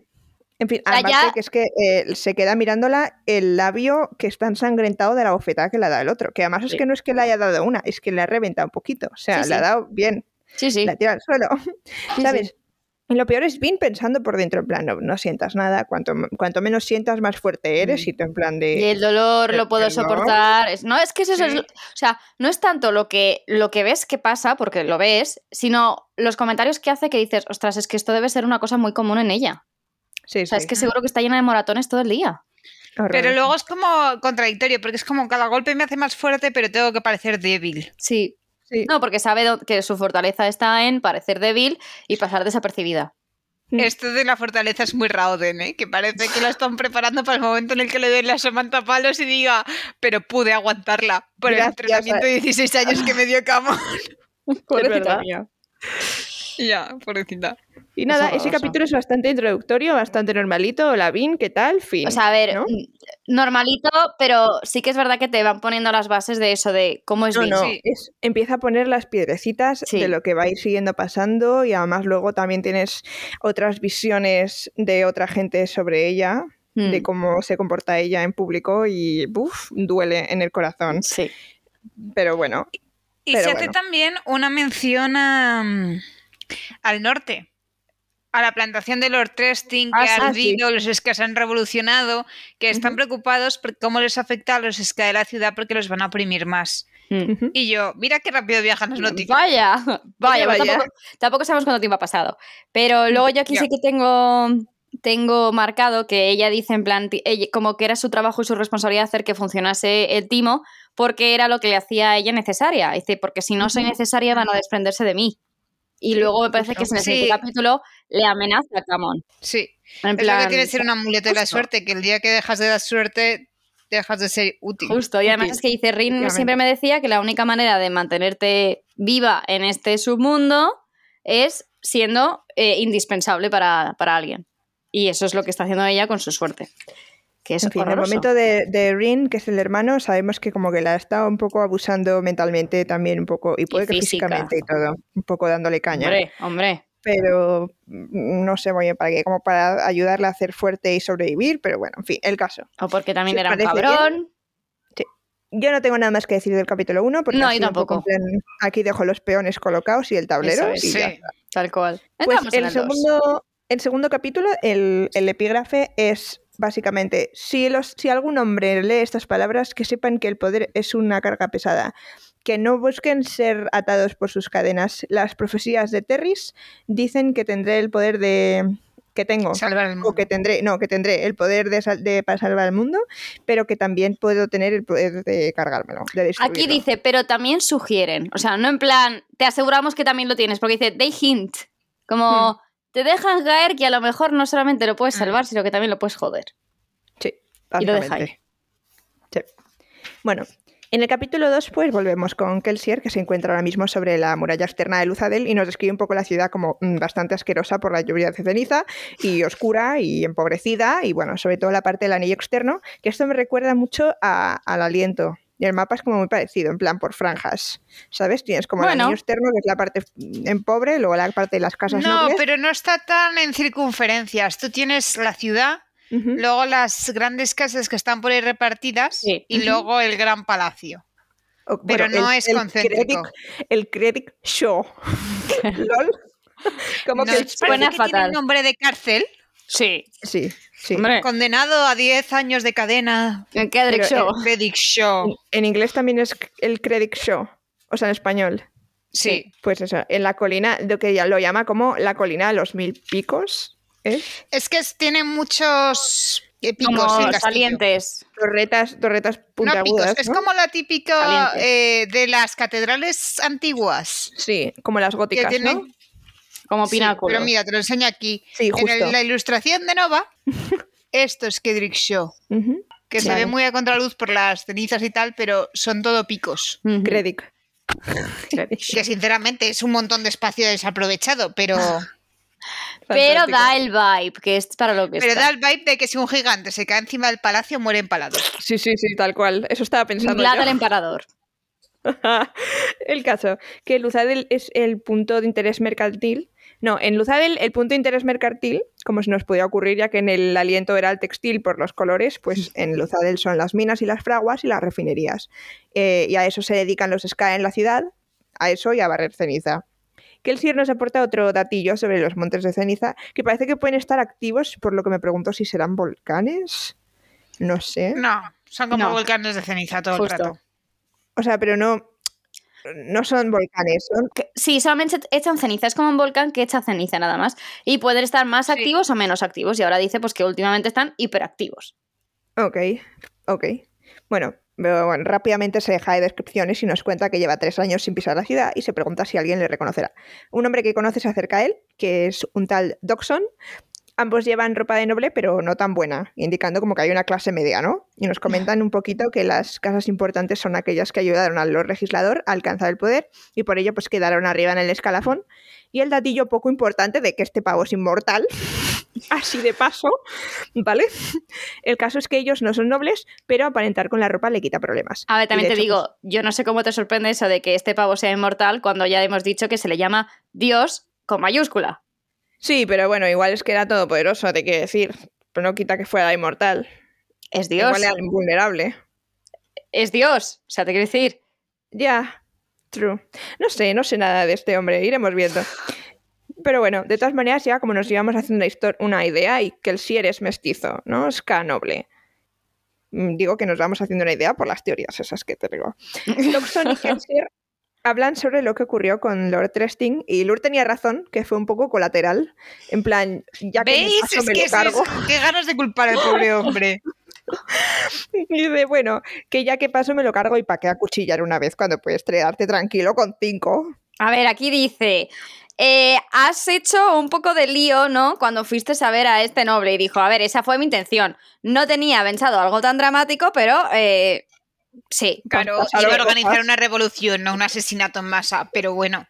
Speaker 4: en fin,
Speaker 1: O sea,
Speaker 4: aparte
Speaker 1: ya-
Speaker 4: que es que eh, se queda mirándola el labio que está ensangrentado de la bofetada que le ha dado el otro, que además es
Speaker 1: Sí.
Speaker 4: que no es que le haya dado una, es que le ha reventado un poquito, o sea,
Speaker 1: Sí,
Speaker 4: le ha
Speaker 1: sí.
Speaker 4: dado bien,
Speaker 1: sí, sí.
Speaker 4: la tira al suelo,
Speaker 1: sí.
Speaker 4: ¿sabes? Y lo peor es Vin pensando por dentro, en plan, no, no sientas nada, cuanto, cuanto menos sientas, más fuerte eres,
Speaker 1: Mm.
Speaker 4: y tú en plan
Speaker 1: Y
Speaker 4: de...
Speaker 1: el dolor lo
Speaker 4: pero
Speaker 1: puedo
Speaker 4: no.
Speaker 1: soportar. Es- No, es que eso es.
Speaker 3: Sí.
Speaker 1: lo- O sea, no es tanto lo que, lo que ves que pasa, porque lo ves, sino los comentarios que hace que dices, ostras, es que esto debe ser una cosa muy común en ella.
Speaker 4: Sí,
Speaker 1: O sea, es
Speaker 4: sí,
Speaker 1: que seguro que está llena de moratones todo el día.
Speaker 3: Pero
Speaker 4: horroroso".
Speaker 3: luego es como contradictorio, porque es como cada golpe me hace más fuerte, pero tengo que parecer débil.
Speaker 1: Sí.
Speaker 4: Sí.
Speaker 1: No, porque sabe do- que su fortaleza está en parecer débil y pasar desapercibida.
Speaker 4: Mm.
Speaker 3: Esto de la fortaleza es muy Rauden, ¿eh? Que parece que la están preparando para el momento en el que le den la Samantha Palos y diga, pero pude aguantarla por
Speaker 4: Gracias eh". a-
Speaker 3: el entrenamiento de 16 años que me dio Camo.
Speaker 1: Pobrecita.
Speaker 4: Es verdad.
Speaker 3: Ya, pobrecita.
Speaker 4: Y nada,
Speaker 1: Eso-
Speaker 4: ese
Speaker 1: eso.
Speaker 4: capítulo es bastante introductorio, bastante normalito. Lavín, ¿qué tal? Fin.
Speaker 1: O sea, a ver,
Speaker 4: ¿no?
Speaker 1: n- normalito, pero sí que es verdad que te van poniendo las bases de eso, de cómo es
Speaker 4: No,
Speaker 1: Vince.
Speaker 4: no,
Speaker 3: Sí.
Speaker 4: es- empieza a poner las piedrecitas
Speaker 1: Sí.
Speaker 4: de lo que va a ir siguiendo pasando y además luego también tienes otras visiones de otra gente sobre ella,
Speaker 1: Mm,
Speaker 4: de cómo se comporta ella en público y buf, duele en el corazón.
Speaker 1: Sí.
Speaker 4: Pero bueno,
Speaker 3: Y
Speaker 4: Pero
Speaker 3: se hace
Speaker 4: bueno.
Speaker 3: también una mención a, mm, al norte, a la plantación de Lord Tresting, que
Speaker 4: Ah, sí,
Speaker 3: ha
Speaker 4: ah,
Speaker 3: ardido, los escas han revolucionado, que están
Speaker 4: Ujú.
Speaker 3: preocupados por cómo les afecta a los escas de la ciudad porque los van a oprimir más.
Speaker 1: Mm.
Speaker 4: ujú.
Speaker 3: Y yo, mira qué rápido viajan
Speaker 4: Mm,
Speaker 3: las noticias.
Speaker 1: Vaya, vaya,
Speaker 4: vaya.
Speaker 1: pero Tampoco, tampoco sabemos cuánto tiempo ha pasado. Pero luego yo aquí
Speaker 3: Ya.
Speaker 1: sí que tengo, tengo marcado que ella dice en plan, ti- ella- como que era su trabajo y su responsabilidad hacer que funcionase el timo, porque era lo que le hacía a ella necesaria. Dice, porque si no soy necesaria van a desprenderse de mí. Y luego me parece que en el
Speaker 3: Sí.
Speaker 1: siguiente capítulo le amenaza a Camón.
Speaker 3: Sí,
Speaker 1: En
Speaker 3: es lo que
Speaker 1: plan,
Speaker 3: tiene que ser un amuleto de la
Speaker 1: justo.
Speaker 3: suerte, que el día que dejas de dar suerte, dejas de ser útil.
Speaker 1: Justo, y además
Speaker 4: Útil.
Speaker 1: es que dice, Rin
Speaker 4: Efectivamente.
Speaker 1: siempre me decía que la única manera de mantenerte viva en este submundo es siendo eh, indispensable para, para alguien. Y eso es lo que está haciendo ella con su suerte. Que es
Speaker 4: en fin, en el
Speaker 1: horroroso.
Speaker 4: momento de, de Rin, que es el hermano, sabemos que como que la está un poco abusando mentalmente también un poco y puede que
Speaker 1: física.
Speaker 4: físicamente y todo, un poco dándole caña.
Speaker 1: Hombre, hombre.
Speaker 4: pero mm, no sé muy bien para qué, como para ayudarla a hacer fuerte y sobrevivir, pero bueno, en fin, el caso.
Speaker 1: O porque también
Speaker 4: ¿Se
Speaker 1: era un
Speaker 4: parece
Speaker 1: cabrón.
Speaker 4: Yo no tengo nada más que decir del capítulo 1, porque
Speaker 1: No,
Speaker 4: ha
Speaker 1: yo
Speaker 4: sido un poco
Speaker 1: tampoco.
Speaker 4: en plan, aquí dejo los peones colocados y el tablero.
Speaker 1: Eso es,
Speaker 4: y
Speaker 3: Sí.
Speaker 4: ya está.
Speaker 1: Tal cual.
Speaker 4: Pues
Speaker 1: Entramos en
Speaker 4: el
Speaker 1: el dos.
Speaker 4: segundo, el segundo capítulo, el, el epígrafe es básicamente, si, los, si algún hombre lee estas palabras, que sepan que el poder es una carga pesada. Que no busquen ser atados por sus cadenas. Las profecías de Terris dicen que tendré el poder de... que tengo.
Speaker 3: Salvar el
Speaker 4: o
Speaker 3: mundo.
Speaker 4: que tendré, no, que tendré el poder de, sal- de para salvar el mundo, pero que también puedo tener el poder de cargármelo, de destruirlo.
Speaker 1: Aquí dice, pero también sugieren. O sea, no en plan, te aseguramos que también lo tienes, porque dice, they hint. Como
Speaker 4: Hmm.
Speaker 1: te dejan caer que a lo mejor no solamente lo
Speaker 4: Ah.
Speaker 1: puedes
Speaker 3: Mm.
Speaker 1: salvar, sino que también lo puedes joder.
Speaker 4: Sí,
Speaker 1: Y lo deja
Speaker 4: básicamente. Sí. Bueno, en el capítulo 2 pues volvemos con Kelsier, que se encuentra ahora mismo sobre la muralla externa de Luzadel y nos describe un poco la ciudad como mm, bastante asquerosa por la lluvia de ceniza y oscura y empobrecida y bueno, sobre todo la parte del anillo externo, que esto me recuerda mucho a- al aliento. Y el mapa es como muy parecido, en plan por franjas, ¿sabes? Tienes como el
Speaker 1: Bueno.
Speaker 4: anillo externo, que es la parte mm, en pobre, luego la parte de las casas
Speaker 3: No,
Speaker 4: nobles.
Speaker 3: pero no está tan en circunferencias. Tú tienes la ciudad,
Speaker 4: Ujú.
Speaker 3: luego las grandes casas que están por ahí repartidas
Speaker 1: Sí.
Speaker 3: y luego el gran palacio.
Speaker 4: O-
Speaker 3: Pero no es
Speaker 4: Credit,
Speaker 3: concéntrico.
Speaker 4: el Credit Show. LOL. Como
Speaker 3: No,
Speaker 4: que el-
Speaker 3: parece
Speaker 1: Suena
Speaker 3: que
Speaker 1: fatal.
Speaker 3: tiene nombre de cárcel,
Speaker 1: Sí,
Speaker 4: Sí, sí.
Speaker 1: hombre.
Speaker 3: condenado a 10 años de cadena.
Speaker 1: ¿En qué
Speaker 3: eh,
Speaker 1: dirección?
Speaker 3: Predic Show.
Speaker 4: En inglés también es el Credit Show. O sea, en español.
Speaker 3: Sí.
Speaker 4: Pues eso, en la colina, lo que ya lo llama como la colina de los mil picos. ¿es?
Speaker 3: Es que es- tiene muchos eh, picos
Speaker 1: Como
Speaker 3: el castillo.
Speaker 1: salientes.
Speaker 4: Torretas, torretas
Speaker 3: No picos,
Speaker 4: puntiagudas.
Speaker 3: es
Speaker 4: ¿no?
Speaker 3: como la típica
Speaker 1: Salientes.
Speaker 3: eh, de las catedrales antiguas.
Speaker 4: Sí, como las
Speaker 3: que
Speaker 4: góticas,
Speaker 3: tienen-
Speaker 4: ¿no?
Speaker 1: Como
Speaker 3: Sí,
Speaker 1: pináculos.
Speaker 3: pero mira, te lo enseño aquí.
Speaker 4: Sí,
Speaker 3: En el-
Speaker 4: justo.
Speaker 3: la ilustración de Nova, esto es Kendrick Show,
Speaker 4: Ujú.
Speaker 3: que se
Speaker 4: Vale.
Speaker 3: ve muy a contraluz por las cenizas y tal, pero son todo picos.
Speaker 1: Ujú.
Speaker 4: Credit.
Speaker 3: Que sinceramente es un montón de espacio desaprovechado, pero,
Speaker 1: Pero
Speaker 4: Fantástico.
Speaker 1: da el vibe, que es para lo que
Speaker 3: pero
Speaker 1: está.
Speaker 3: da el vibe de que si un gigante se cae encima del palacio, muere empalado.
Speaker 4: Sí, sí, sí, tal cual. Eso estaba pensando.
Speaker 1: Glad
Speaker 4: yo.
Speaker 1: al emperador.
Speaker 4: el caso, que Luzadel es el punto de interés mercantil. No, en Luzadel el punto de interés mercantil, como se nos podía ocurrir, ya que en el aliento era el textil por los colores, pues en Luzadel son las minas y las fraguas y las refinerías. Eh, y a eso se dedican los SKA en la ciudad, a eso y a barrer ceniza. Kelsier nos aporta otro datillo sobre los montes de ceniza, que parece que pueden estar activos, por lo que me pregunto si serán volcanes. No sé.
Speaker 3: No, son como
Speaker 1: No.
Speaker 3: volcanes de ceniza todo
Speaker 1: Justo.
Speaker 3: el rato.
Speaker 4: O sea, pero no, no son volcanes, son
Speaker 1: Sí, solamente echan ceniza. Es como un volcán que echa ceniza nada más. Y pueden estar más
Speaker 3: Sí.
Speaker 1: activos o menos activos. Y ahora dice pues que últimamente están hiperactivos.
Speaker 4: Ok, ok. Bueno, pero bueno, rápidamente se deja de descripciones y nos cuenta que lleva tres años sin pisar la ciudad y se pregunta si alguien le reconocerá. Un hombre que conoce se acerca a él, que es un tal Doxon, Ambos llevan ropa de noble, pero no tan buena, indicando como que hay una clase media, ¿no? Y nos comentan un poquito que las casas importantes son aquellas que ayudaron al Lord Legislador a alcanzar el poder y por ello pues quedaron arriba en el escalafón. Y el datillo poco importante de que este pavo es inmortal, así de paso, ¿vale? El caso es que ellos no son nobles, pero aparentar con la ropa le quita problemas.
Speaker 1: A ver, también
Speaker 4: Y de
Speaker 1: te
Speaker 4: hecho,
Speaker 1: digo,
Speaker 3: pues
Speaker 1: yo no sé cómo te sorprende eso de que este pavo sea inmortal cuando ya hemos dicho que se le llama Dios con mayúscula.
Speaker 4: pues, sí, pero bueno, igual es que era todopoderoso, te quiero decir. Pero no quita que fuera inmortal.
Speaker 1: Es Dios.
Speaker 4: Igual era invulnerable.
Speaker 1: Es Dios. O sea, te quiero decir.
Speaker 4: Ya, true. No sé, no sé nada de este hombre, iremos viendo. Pero bueno, de todas maneras, ya como nos llevamos haciendo una histo- una idea y que el sí eres mestizo, ¿no? Es K noble. Mm, Digo que nos vamos haciendo una idea por las teorías esas que te digo. Loxon y Kelsier hablan sobre lo que ocurrió con Lord Tresting y Lord tenía razón, que fue un poco colateral. En plan, ya que me
Speaker 3: ¿Veis?
Speaker 4: paso,
Speaker 3: Es
Speaker 4: me lo
Speaker 3: que es,
Speaker 4: cargo.
Speaker 3: es- qué ganas de culpar al pobre hombre.
Speaker 4: Y dice, bueno, que ya que paso me lo cargo y para qué acuchillar una vez cuando puedes trearte tranquilo con cinco.
Speaker 1: A ver, aquí dice. eh, has hecho un poco de lío, ¿no? Cuando fuiste a ver a este noble y dijo, a ver, esa fue mi intención. No tenía pensado algo tan dramático, pero eh, sí.
Speaker 3: Claro,
Speaker 4: Pues pasaron
Speaker 3: iba a organizar
Speaker 4: cosas.
Speaker 3: una revolución, no un asesinato en masa, pero bueno,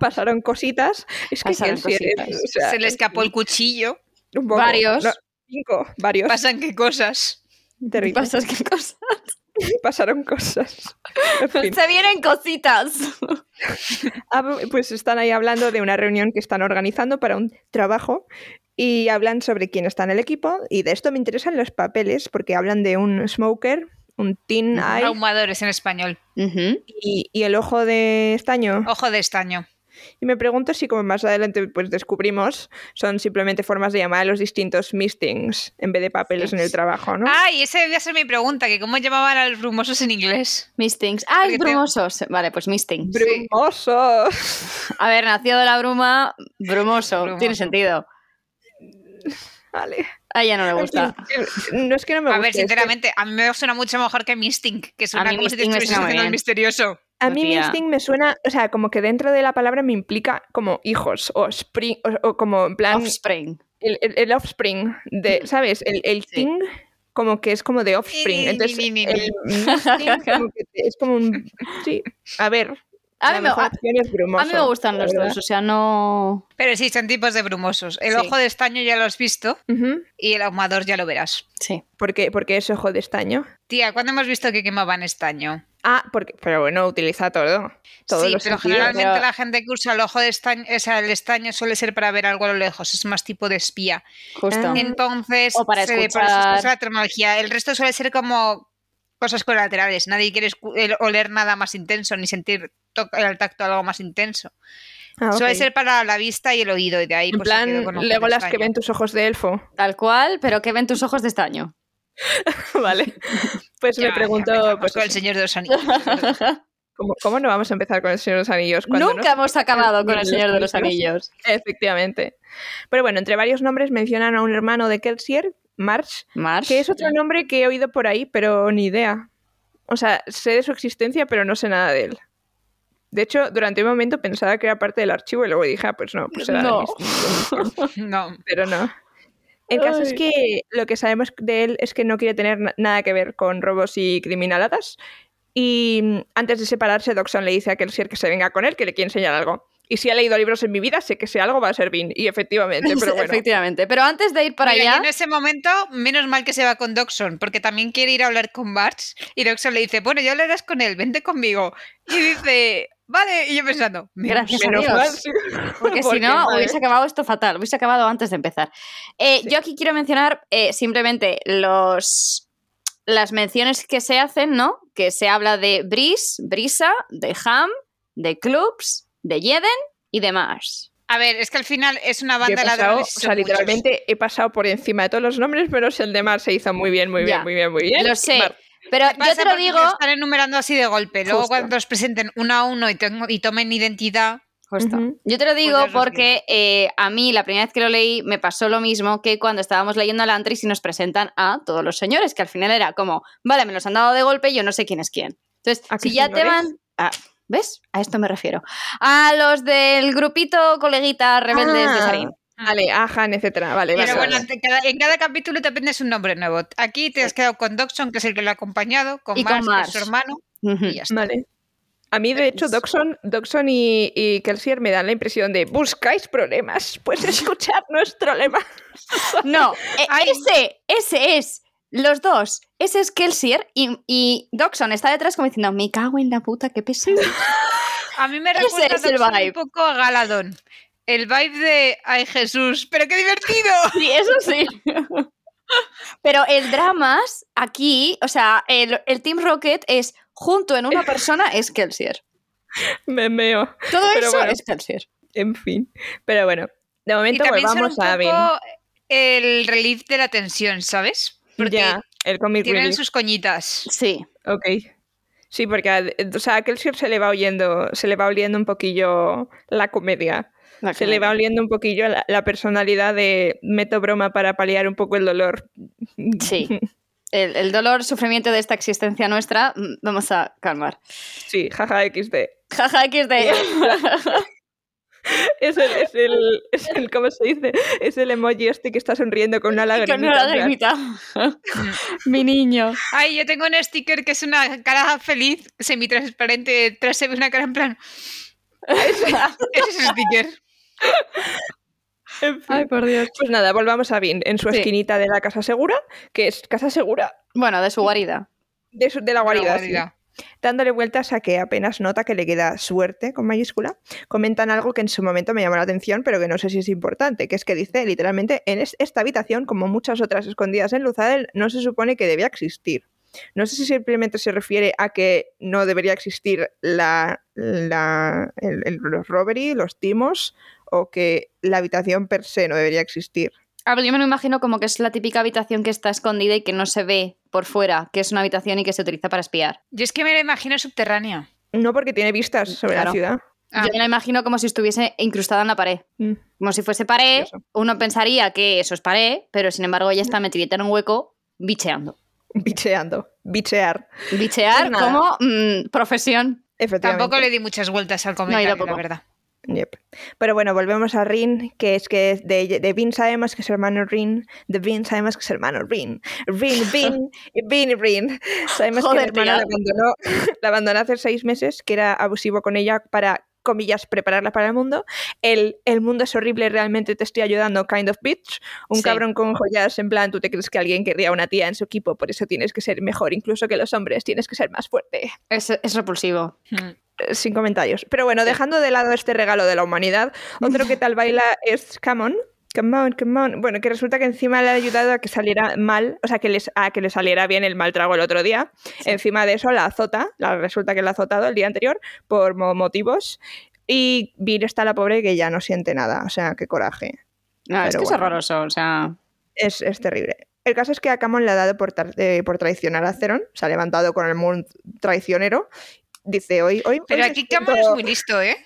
Speaker 4: pasaron cositas. Es que
Speaker 1: Pasaron
Speaker 4: Kelsier es-
Speaker 1: cositas.
Speaker 4: o sea,
Speaker 3: se le escapó el cuchillo.
Speaker 4: un poco-
Speaker 1: Varios.
Speaker 4: no, cinco, varios.
Speaker 3: Pasan qué cosas.
Speaker 4: Terrible.
Speaker 1: Pasas qué cosas.
Speaker 4: pasaron cosas. En fin.
Speaker 1: Se vienen cositas.
Speaker 4: Ah, Pues están ahí hablando de una reunión que están organizando para un trabajo y hablan sobre quién está en el equipo. Y de esto me interesan los papeles porque hablan de un smoker, un tin eye
Speaker 3: Ahumadores en español.
Speaker 1: Ujú.
Speaker 4: y, y el ojo de estaño.
Speaker 3: Ojo de estaño.
Speaker 4: Y me pregunto si, como más adelante pues descubrimos, son simplemente formas de llamar a los distintos mistings en vez de papeles en el trabajo,
Speaker 1: Ah,
Speaker 4: ¿no?
Speaker 3: Ay, esa debía ser mi pregunta, que cómo llamaban a los brumosos en inglés.
Speaker 1: Mis things. Ah, es
Speaker 3: Porque te-
Speaker 1: brumosos. Vale, pues mis things.
Speaker 4: ¡Brumosos!
Speaker 1: A ver, nacido de la bruma, brumoso.
Speaker 3: Brumoso.
Speaker 1: Tiene sentido.
Speaker 4: Vale. eh,
Speaker 1: A ella no le gusta.
Speaker 4: No es que no me este.
Speaker 3: A
Speaker 4: guste,
Speaker 3: ver,
Speaker 4: es que
Speaker 3: sinceramente, a mí me suena mucho mejor que Mystic, que
Speaker 1: A
Speaker 3: suena
Speaker 1: mí
Speaker 3: como si te
Speaker 1: Mystic me
Speaker 3: estuvieses
Speaker 1: suena muy
Speaker 3: haciendo el
Speaker 1: bien.
Speaker 3: misterioso.
Speaker 4: a mí
Speaker 1: Sofía.
Speaker 4: Misting me suena, o sea, como que dentro de la palabra me implica como hijos o spring, o, o como en plan
Speaker 1: Offspring.
Speaker 4: el, el- el offspring, de, ¿sabes? El, el
Speaker 1: Sí.
Speaker 4: ting como que es como de offspring.
Speaker 3: Ni,
Speaker 4: Entonces,
Speaker 3: ni, ni, ni,
Speaker 4: el Misting como que es como un... Sí, a ver,
Speaker 1: A
Speaker 4: la
Speaker 1: mí, me,
Speaker 4: mejor
Speaker 1: a-
Speaker 4: opción es brumoso,
Speaker 1: a mí me gustan
Speaker 4: la
Speaker 1: los
Speaker 4: verdad.
Speaker 1: dos, o sea, no.
Speaker 3: Pero sí, son tipos de brumosos. El
Speaker 4: Sí.
Speaker 3: ojo de estaño ya lo has visto
Speaker 4: Ujú.
Speaker 3: y el ahumador ya lo verás.
Speaker 1: Sí.
Speaker 4: Porque, porque es ojo de estaño.
Speaker 3: Tía, ¿cuándo hemos visto que quemaban estaño?
Speaker 4: Ah, porque, pero bueno, utiliza todo. Todos
Speaker 3: sí,
Speaker 4: los
Speaker 3: pero
Speaker 4: sentidos.
Speaker 3: generalmente
Speaker 1: Pero-
Speaker 3: la gente que usa el ojo de estaño, o sea, el estaño suele ser para ver algo a lo lejos, es más tipo de espía.
Speaker 1: Justo.
Speaker 4: Ah.
Speaker 3: Entonces,
Speaker 1: O para
Speaker 3: se le- por eso
Speaker 1: escuchar.
Speaker 3: es la terminología. El resto suele ser como cosas colaterales. Nadie quiere escu- el- oler nada más intenso ni sentir to- el tacto algo más intenso.
Speaker 4: Ah, ok.
Speaker 3: Suele ser para la vista y el oído, y de ahí
Speaker 4: En
Speaker 3: pues, se quedó con ojo
Speaker 4: plan,
Speaker 3: de
Speaker 4: Legolas que
Speaker 3: estaño.
Speaker 4: ven tus ojos de elfo.
Speaker 1: Tal cual, pero que ven tus ojos de estaño.
Speaker 4: vale. Pues me
Speaker 3: Ya, ya empezamos
Speaker 4: pregunto, pues,
Speaker 3: con el
Speaker 4: eso,
Speaker 3: Señor de los Anillos.
Speaker 4: ¿cómo, cómo no vamos a empezar con el Señor de los Anillos? cuando
Speaker 1: Nunca
Speaker 4: no-
Speaker 1: hemos acabado con el Señor de los Anillos.
Speaker 4: Efectivamente. Pero bueno, entre varios nombres mencionan a un hermano de Kelsier, March,
Speaker 1: Marsh.
Speaker 4: que es otro nombre que he oído por ahí, pero ni idea. O sea, sé de su existencia, pero no sé nada de él. De hecho, durante un momento pensaba que era parte del archivo y luego dije, ah, pues no, pues era de
Speaker 1: No.
Speaker 4: mis-
Speaker 3: No.
Speaker 4: pero no. El caso es
Speaker 1: Ay.
Speaker 4: que lo que sabemos de él es que no quiere tener na- nada que ver con robos y criminaladas. Y mm, antes de separarse, Doxon le dice a Kelsier que se venga con él, que le quiere enseñar algo. Y si ha leído libros en mi vida, sé que si algo va a ser Vin. Y efectivamente, pero bueno.
Speaker 1: Efectivamente. Pero antes de ir para
Speaker 3: Mira, y
Speaker 1: allá.
Speaker 4: este?
Speaker 3: en ese momento, menos mal que se va con Doxon, porque también quiere ir a hablar con March. Y Doxon le dice, bueno, ya hablarás con él, vente conmigo. Y dice, vale. Y yo pensando, menos
Speaker 1: Gracias a
Speaker 4: menos
Speaker 1: Dios.
Speaker 4: mal, sí.
Speaker 1: Porque si
Speaker 4: Porque,
Speaker 1: no,
Speaker 4: madre.
Speaker 1: hubiese acabado esto fatal, hubiese acabado antes de empezar. Eh, Yo aquí quiero mencionar eh, simplemente los, las menciones que se hacen, ¿no? Que se habla de Bris, Brisa, de Ham, de Clubs, de Jeden y de Mars.
Speaker 3: A ver, es que al final es una
Speaker 4: Yo he
Speaker 3: banda de
Speaker 4: pasado-
Speaker 3: ladrones. y
Speaker 4: o
Speaker 3: son
Speaker 4: sea,
Speaker 3: muchos.
Speaker 4: literalmente he pasado por encima de todos los nombres, menos el de Mar se hizo muy bien, muy bien,
Speaker 1: Ya.
Speaker 4: muy bien, muy bien.
Speaker 1: Lo sé.
Speaker 4: Mar-
Speaker 1: Pero yo
Speaker 3: Pasa
Speaker 1: te lo
Speaker 3: porque
Speaker 1: digo.
Speaker 3: los Están enumerando así de golpe. Luego,
Speaker 4: Justo.
Speaker 3: cuando los presenten uno a uno y, tengo- y tomen identidad.
Speaker 1: Justo.
Speaker 4: Ujú.
Speaker 1: Yo te lo digo
Speaker 3: Pues ya los
Speaker 1: porque eh, a mí la primera vez que lo leí me pasó lo mismo que cuando estábamos leyendo al Antris y nos presentan a todos los señores, que al final era como, vale, me los han dado de golpe, yo no sé quién es quién. Entonces,
Speaker 4: ¿A
Speaker 1: si
Speaker 4: qué
Speaker 1: ya te
Speaker 4: señores?
Speaker 1: van... a- ¿Ves? A esto me refiero. A los del grupito coleguita rebeldes de
Speaker 4: Ah,
Speaker 1: Sarín.
Speaker 4: Vale, a Han, etcétera. Vale,
Speaker 3: Pero
Speaker 4: vale,
Speaker 3: bueno,
Speaker 4: vale.
Speaker 3: te- cada- en cada capítulo te aprendes un nombre nuevo. Aquí te has quedado con Doxon, que es el que lo ha acompañado, con
Speaker 1: Y con
Speaker 3: Mars, que es
Speaker 1: Mars.
Speaker 3: su hermano,
Speaker 1: Ujú.
Speaker 3: y ya está.
Speaker 4: Vale. A mí, de hecho, Doxon, Doxon y, y Kelsier me dan la impresión de buscáis problemas, pues escuchad nuestro lema.
Speaker 1: No, e-
Speaker 3: Ay.
Speaker 1: ese, ese es. Los dos. Ese es Kelsier y, y Doxon está detrás como diciendo, me cago en la puta, qué pesado.
Speaker 3: A mí me
Speaker 1: Ese
Speaker 3: recuerda
Speaker 1: es el
Speaker 3: Doxon un
Speaker 1: vibe.
Speaker 3: poco a Galadón. El vibe de ¡Ay, Jesús! ¡Pero qué divertido!
Speaker 1: Sí, eso sí. Pero el dramas aquí, o sea, el, el Team Rocket es junto en una persona es Kelsier.
Speaker 4: Me meo.
Speaker 1: Todo
Speaker 4: Pero
Speaker 1: eso
Speaker 4: bueno.
Speaker 1: es Kelsier.
Speaker 4: En fin. Pero bueno, de
Speaker 3: Y
Speaker 4: momento
Speaker 3: también son un
Speaker 4: volvamos a Abin.
Speaker 3: poco el relief de la tensión, ¿sabes? Porque
Speaker 4: Ya, el comic
Speaker 3: tienen
Speaker 4: relief.
Speaker 3: sus coñitas.
Speaker 1: Sí.
Speaker 4: Ok. Sí, porque a, o sea, a Kelsier se le va oyendo, se le va oliendo un poquillo la comedia.
Speaker 1: la
Speaker 4: Se le va
Speaker 1: comedia.
Speaker 4: oliendo un poquillo la, la personalidad de meto broma para paliar un poco el dolor.
Speaker 1: Sí. El, el dolor, sufrimiento de esta existencia nuestra, mm, vamos a calmar.
Speaker 4: Sí, jaja XD.
Speaker 1: Jaja, XD.
Speaker 4: Es el, es el, es el- ¿cómo se dice? Es el emoji este que está sonriendo con una lagrimita.
Speaker 1: Con una
Speaker 4: en plan,
Speaker 1: lagrimita. Mi niño.
Speaker 3: Ay, yo tengo un sticker que es una cara feliz, semitransparente, detrás se ve una cara en plan. Ese es el sticker.
Speaker 4: en fin.
Speaker 1: por Dios.
Speaker 4: Pues nada, volvamos a Vin en su
Speaker 1: Sí.
Speaker 4: esquinita de la casa segura, que es casa segura
Speaker 1: Bueno, de su guarida.
Speaker 4: de, su- de la guarida. sí.
Speaker 3: La guarida.
Speaker 4: Dándole vueltas a que apenas nota que le queda suerte con mayúscula, comentan algo que en su momento me llamó la atención, pero que no sé si es importante, que es que dice literalmente en es- esta habitación, como muchas otras escondidas en Luzadel, no se supone que debía existir. No sé si simplemente se refiere a que no debería existir la, la- el- el- los robbery, los timos, o que la habitación per se no debería existir.
Speaker 1: A ver, yo me lo imagino como que es la típica habitación que está escondida y que no se ve por fuera, que es una habitación y que se utiliza para espiar.
Speaker 3: Yo es que me la imagino subterránea.
Speaker 4: No porque tiene vistas sobre la
Speaker 1: Claro.
Speaker 4: ciudad.
Speaker 3: Ah.
Speaker 1: Yo me la imagino como si estuviese incrustada en la pared.
Speaker 4: Mm.
Speaker 1: Como si fuese pared,
Speaker 4: Curioso.
Speaker 1: uno pensaría que eso es pared, pero sin embargo ella está metidita en un hueco bicheando.
Speaker 4: Bicheando, bichear.
Speaker 1: Bichear
Speaker 4: Pues nada.
Speaker 1: como mm, profesión.
Speaker 4: Efectivamente.
Speaker 3: Tampoco le di muchas vueltas al comentario, la
Speaker 1: tampoco.
Speaker 3: verdad.
Speaker 4: Yep. Pero bueno, volvemos a Rin, que es que de, de Vin sabemos que es hermano Rin, de Vin sabemos que es hermano Rin, Rin, Vin, y Vin, y Rin. Sabemos
Speaker 1: Joder,
Speaker 4: que la hermana la
Speaker 1: tía.
Speaker 4: abandonó, la abandonó hace seis meses, que era abusivo con ella para, comillas, prepararla para el mundo. El, el mundo es horrible, realmente te estoy ayudando, kind of bitch. Un
Speaker 1: Sí.
Speaker 4: cabrón con joyas, en plan, tú te crees que alguien querría una tía en su equipo, por eso tienes que ser mejor, incluso que los hombres, tienes que ser más fuerte
Speaker 1: Es, es repulsivo.
Speaker 4: eh, sin comentarios. Pero bueno, dejando de lado este regalo de la humanidad, otro que tal baila es Come on. Come on, come on. Bueno, que resulta que encima le ha ayudado a que saliera mal, o sea, que les, a que le saliera bien el mal trago el otro día. Encima de eso la azota, la, resulta que la ha azotado el día anterior por mo- motivos. Y Vir está la pobre que ya no siente nada, o sea, qué coraje.
Speaker 1: No, es
Speaker 4: Pero
Speaker 1: que es
Speaker 4: bueno.
Speaker 1: horroroso, o sea...
Speaker 4: Es, es terrible. El caso es que a Camon le ha dado por, tar- eh, por traicionar a Zeron, se ha levantado con el mundo traicionero. Dice hoy. hoy
Speaker 3: Pero
Speaker 4: hoy me
Speaker 3: aquí
Speaker 4: siento-
Speaker 3: Cameron es muy listo, ¿eh?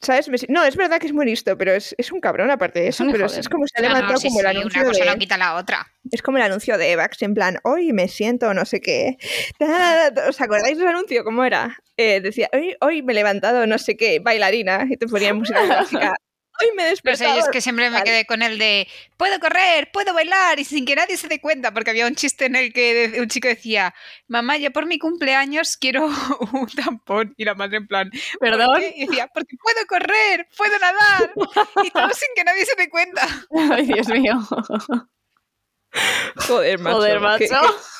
Speaker 4: ¿Sabes? Me si- No, es verdad que es muy listo, pero es, es un cabrón aparte de
Speaker 1: Es
Speaker 4: eso.
Speaker 1: un
Speaker 4: Pero
Speaker 1: hijo
Speaker 4: es,
Speaker 1: de-
Speaker 4: es como se ha
Speaker 3: No, no,
Speaker 4: levantado
Speaker 3: sí,
Speaker 4: como,
Speaker 3: sí,
Speaker 4: el
Speaker 3: una
Speaker 4: anuncio
Speaker 3: cosa no
Speaker 4: de,
Speaker 3: quita la otra.
Speaker 4: es como el anuncio de Evax, en plan, hoy me siento no sé qué. Ta- ta- ¿Os acordáis del anuncio? ¿Cómo era? Eh, decía, hoy, hoy me he levantado no sé qué, bailarina, y te ponía música clásica. Hoy me he
Speaker 3: No sé, yo
Speaker 4: despertado.
Speaker 3: Pues es que siempre me
Speaker 4: vale.
Speaker 3: quedé con el de puedo correr, puedo bailar y sin que nadie se dé cuenta, porque había un chiste en el que de- un chico decía, mamá, yo por mi cumpleaños quiero un tampón. Y la madre en plan, "¿Por
Speaker 1: Perdón.
Speaker 3: qué?". Y decía, porque puedo correr, puedo nadar y todo sin que nadie se dé cuenta.
Speaker 1: Ay, Dios mío.
Speaker 4: Joder, macho.
Speaker 1: Joder, macho.
Speaker 4: que- que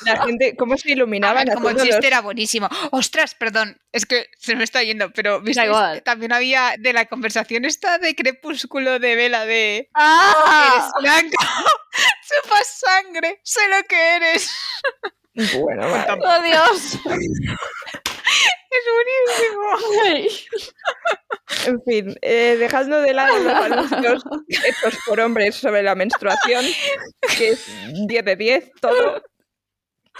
Speaker 4: la gente, ¿cómo se
Speaker 3: A
Speaker 4: iluminaban?
Speaker 3: ver, como
Speaker 4: haciendo
Speaker 3: chiste
Speaker 4: los-
Speaker 3: era buenísimo. Ostras, perdón, es que se me está yendo, pero ¿visteis?
Speaker 1: igual.
Speaker 3: también había de la conversación esta de crepúsculo de vela de eres
Speaker 1: ¡Ah!
Speaker 3: blanco, chupas sangre, sé lo que eres.
Speaker 4: Bueno, vale.
Speaker 1: ¡Oh, Dios!
Speaker 3: Es buenísimo.
Speaker 1: Ay.
Speaker 4: En fin, eh, dejando de lado los anuncios hechos por hombres sobre la menstruación, que es 10 de 10, todo.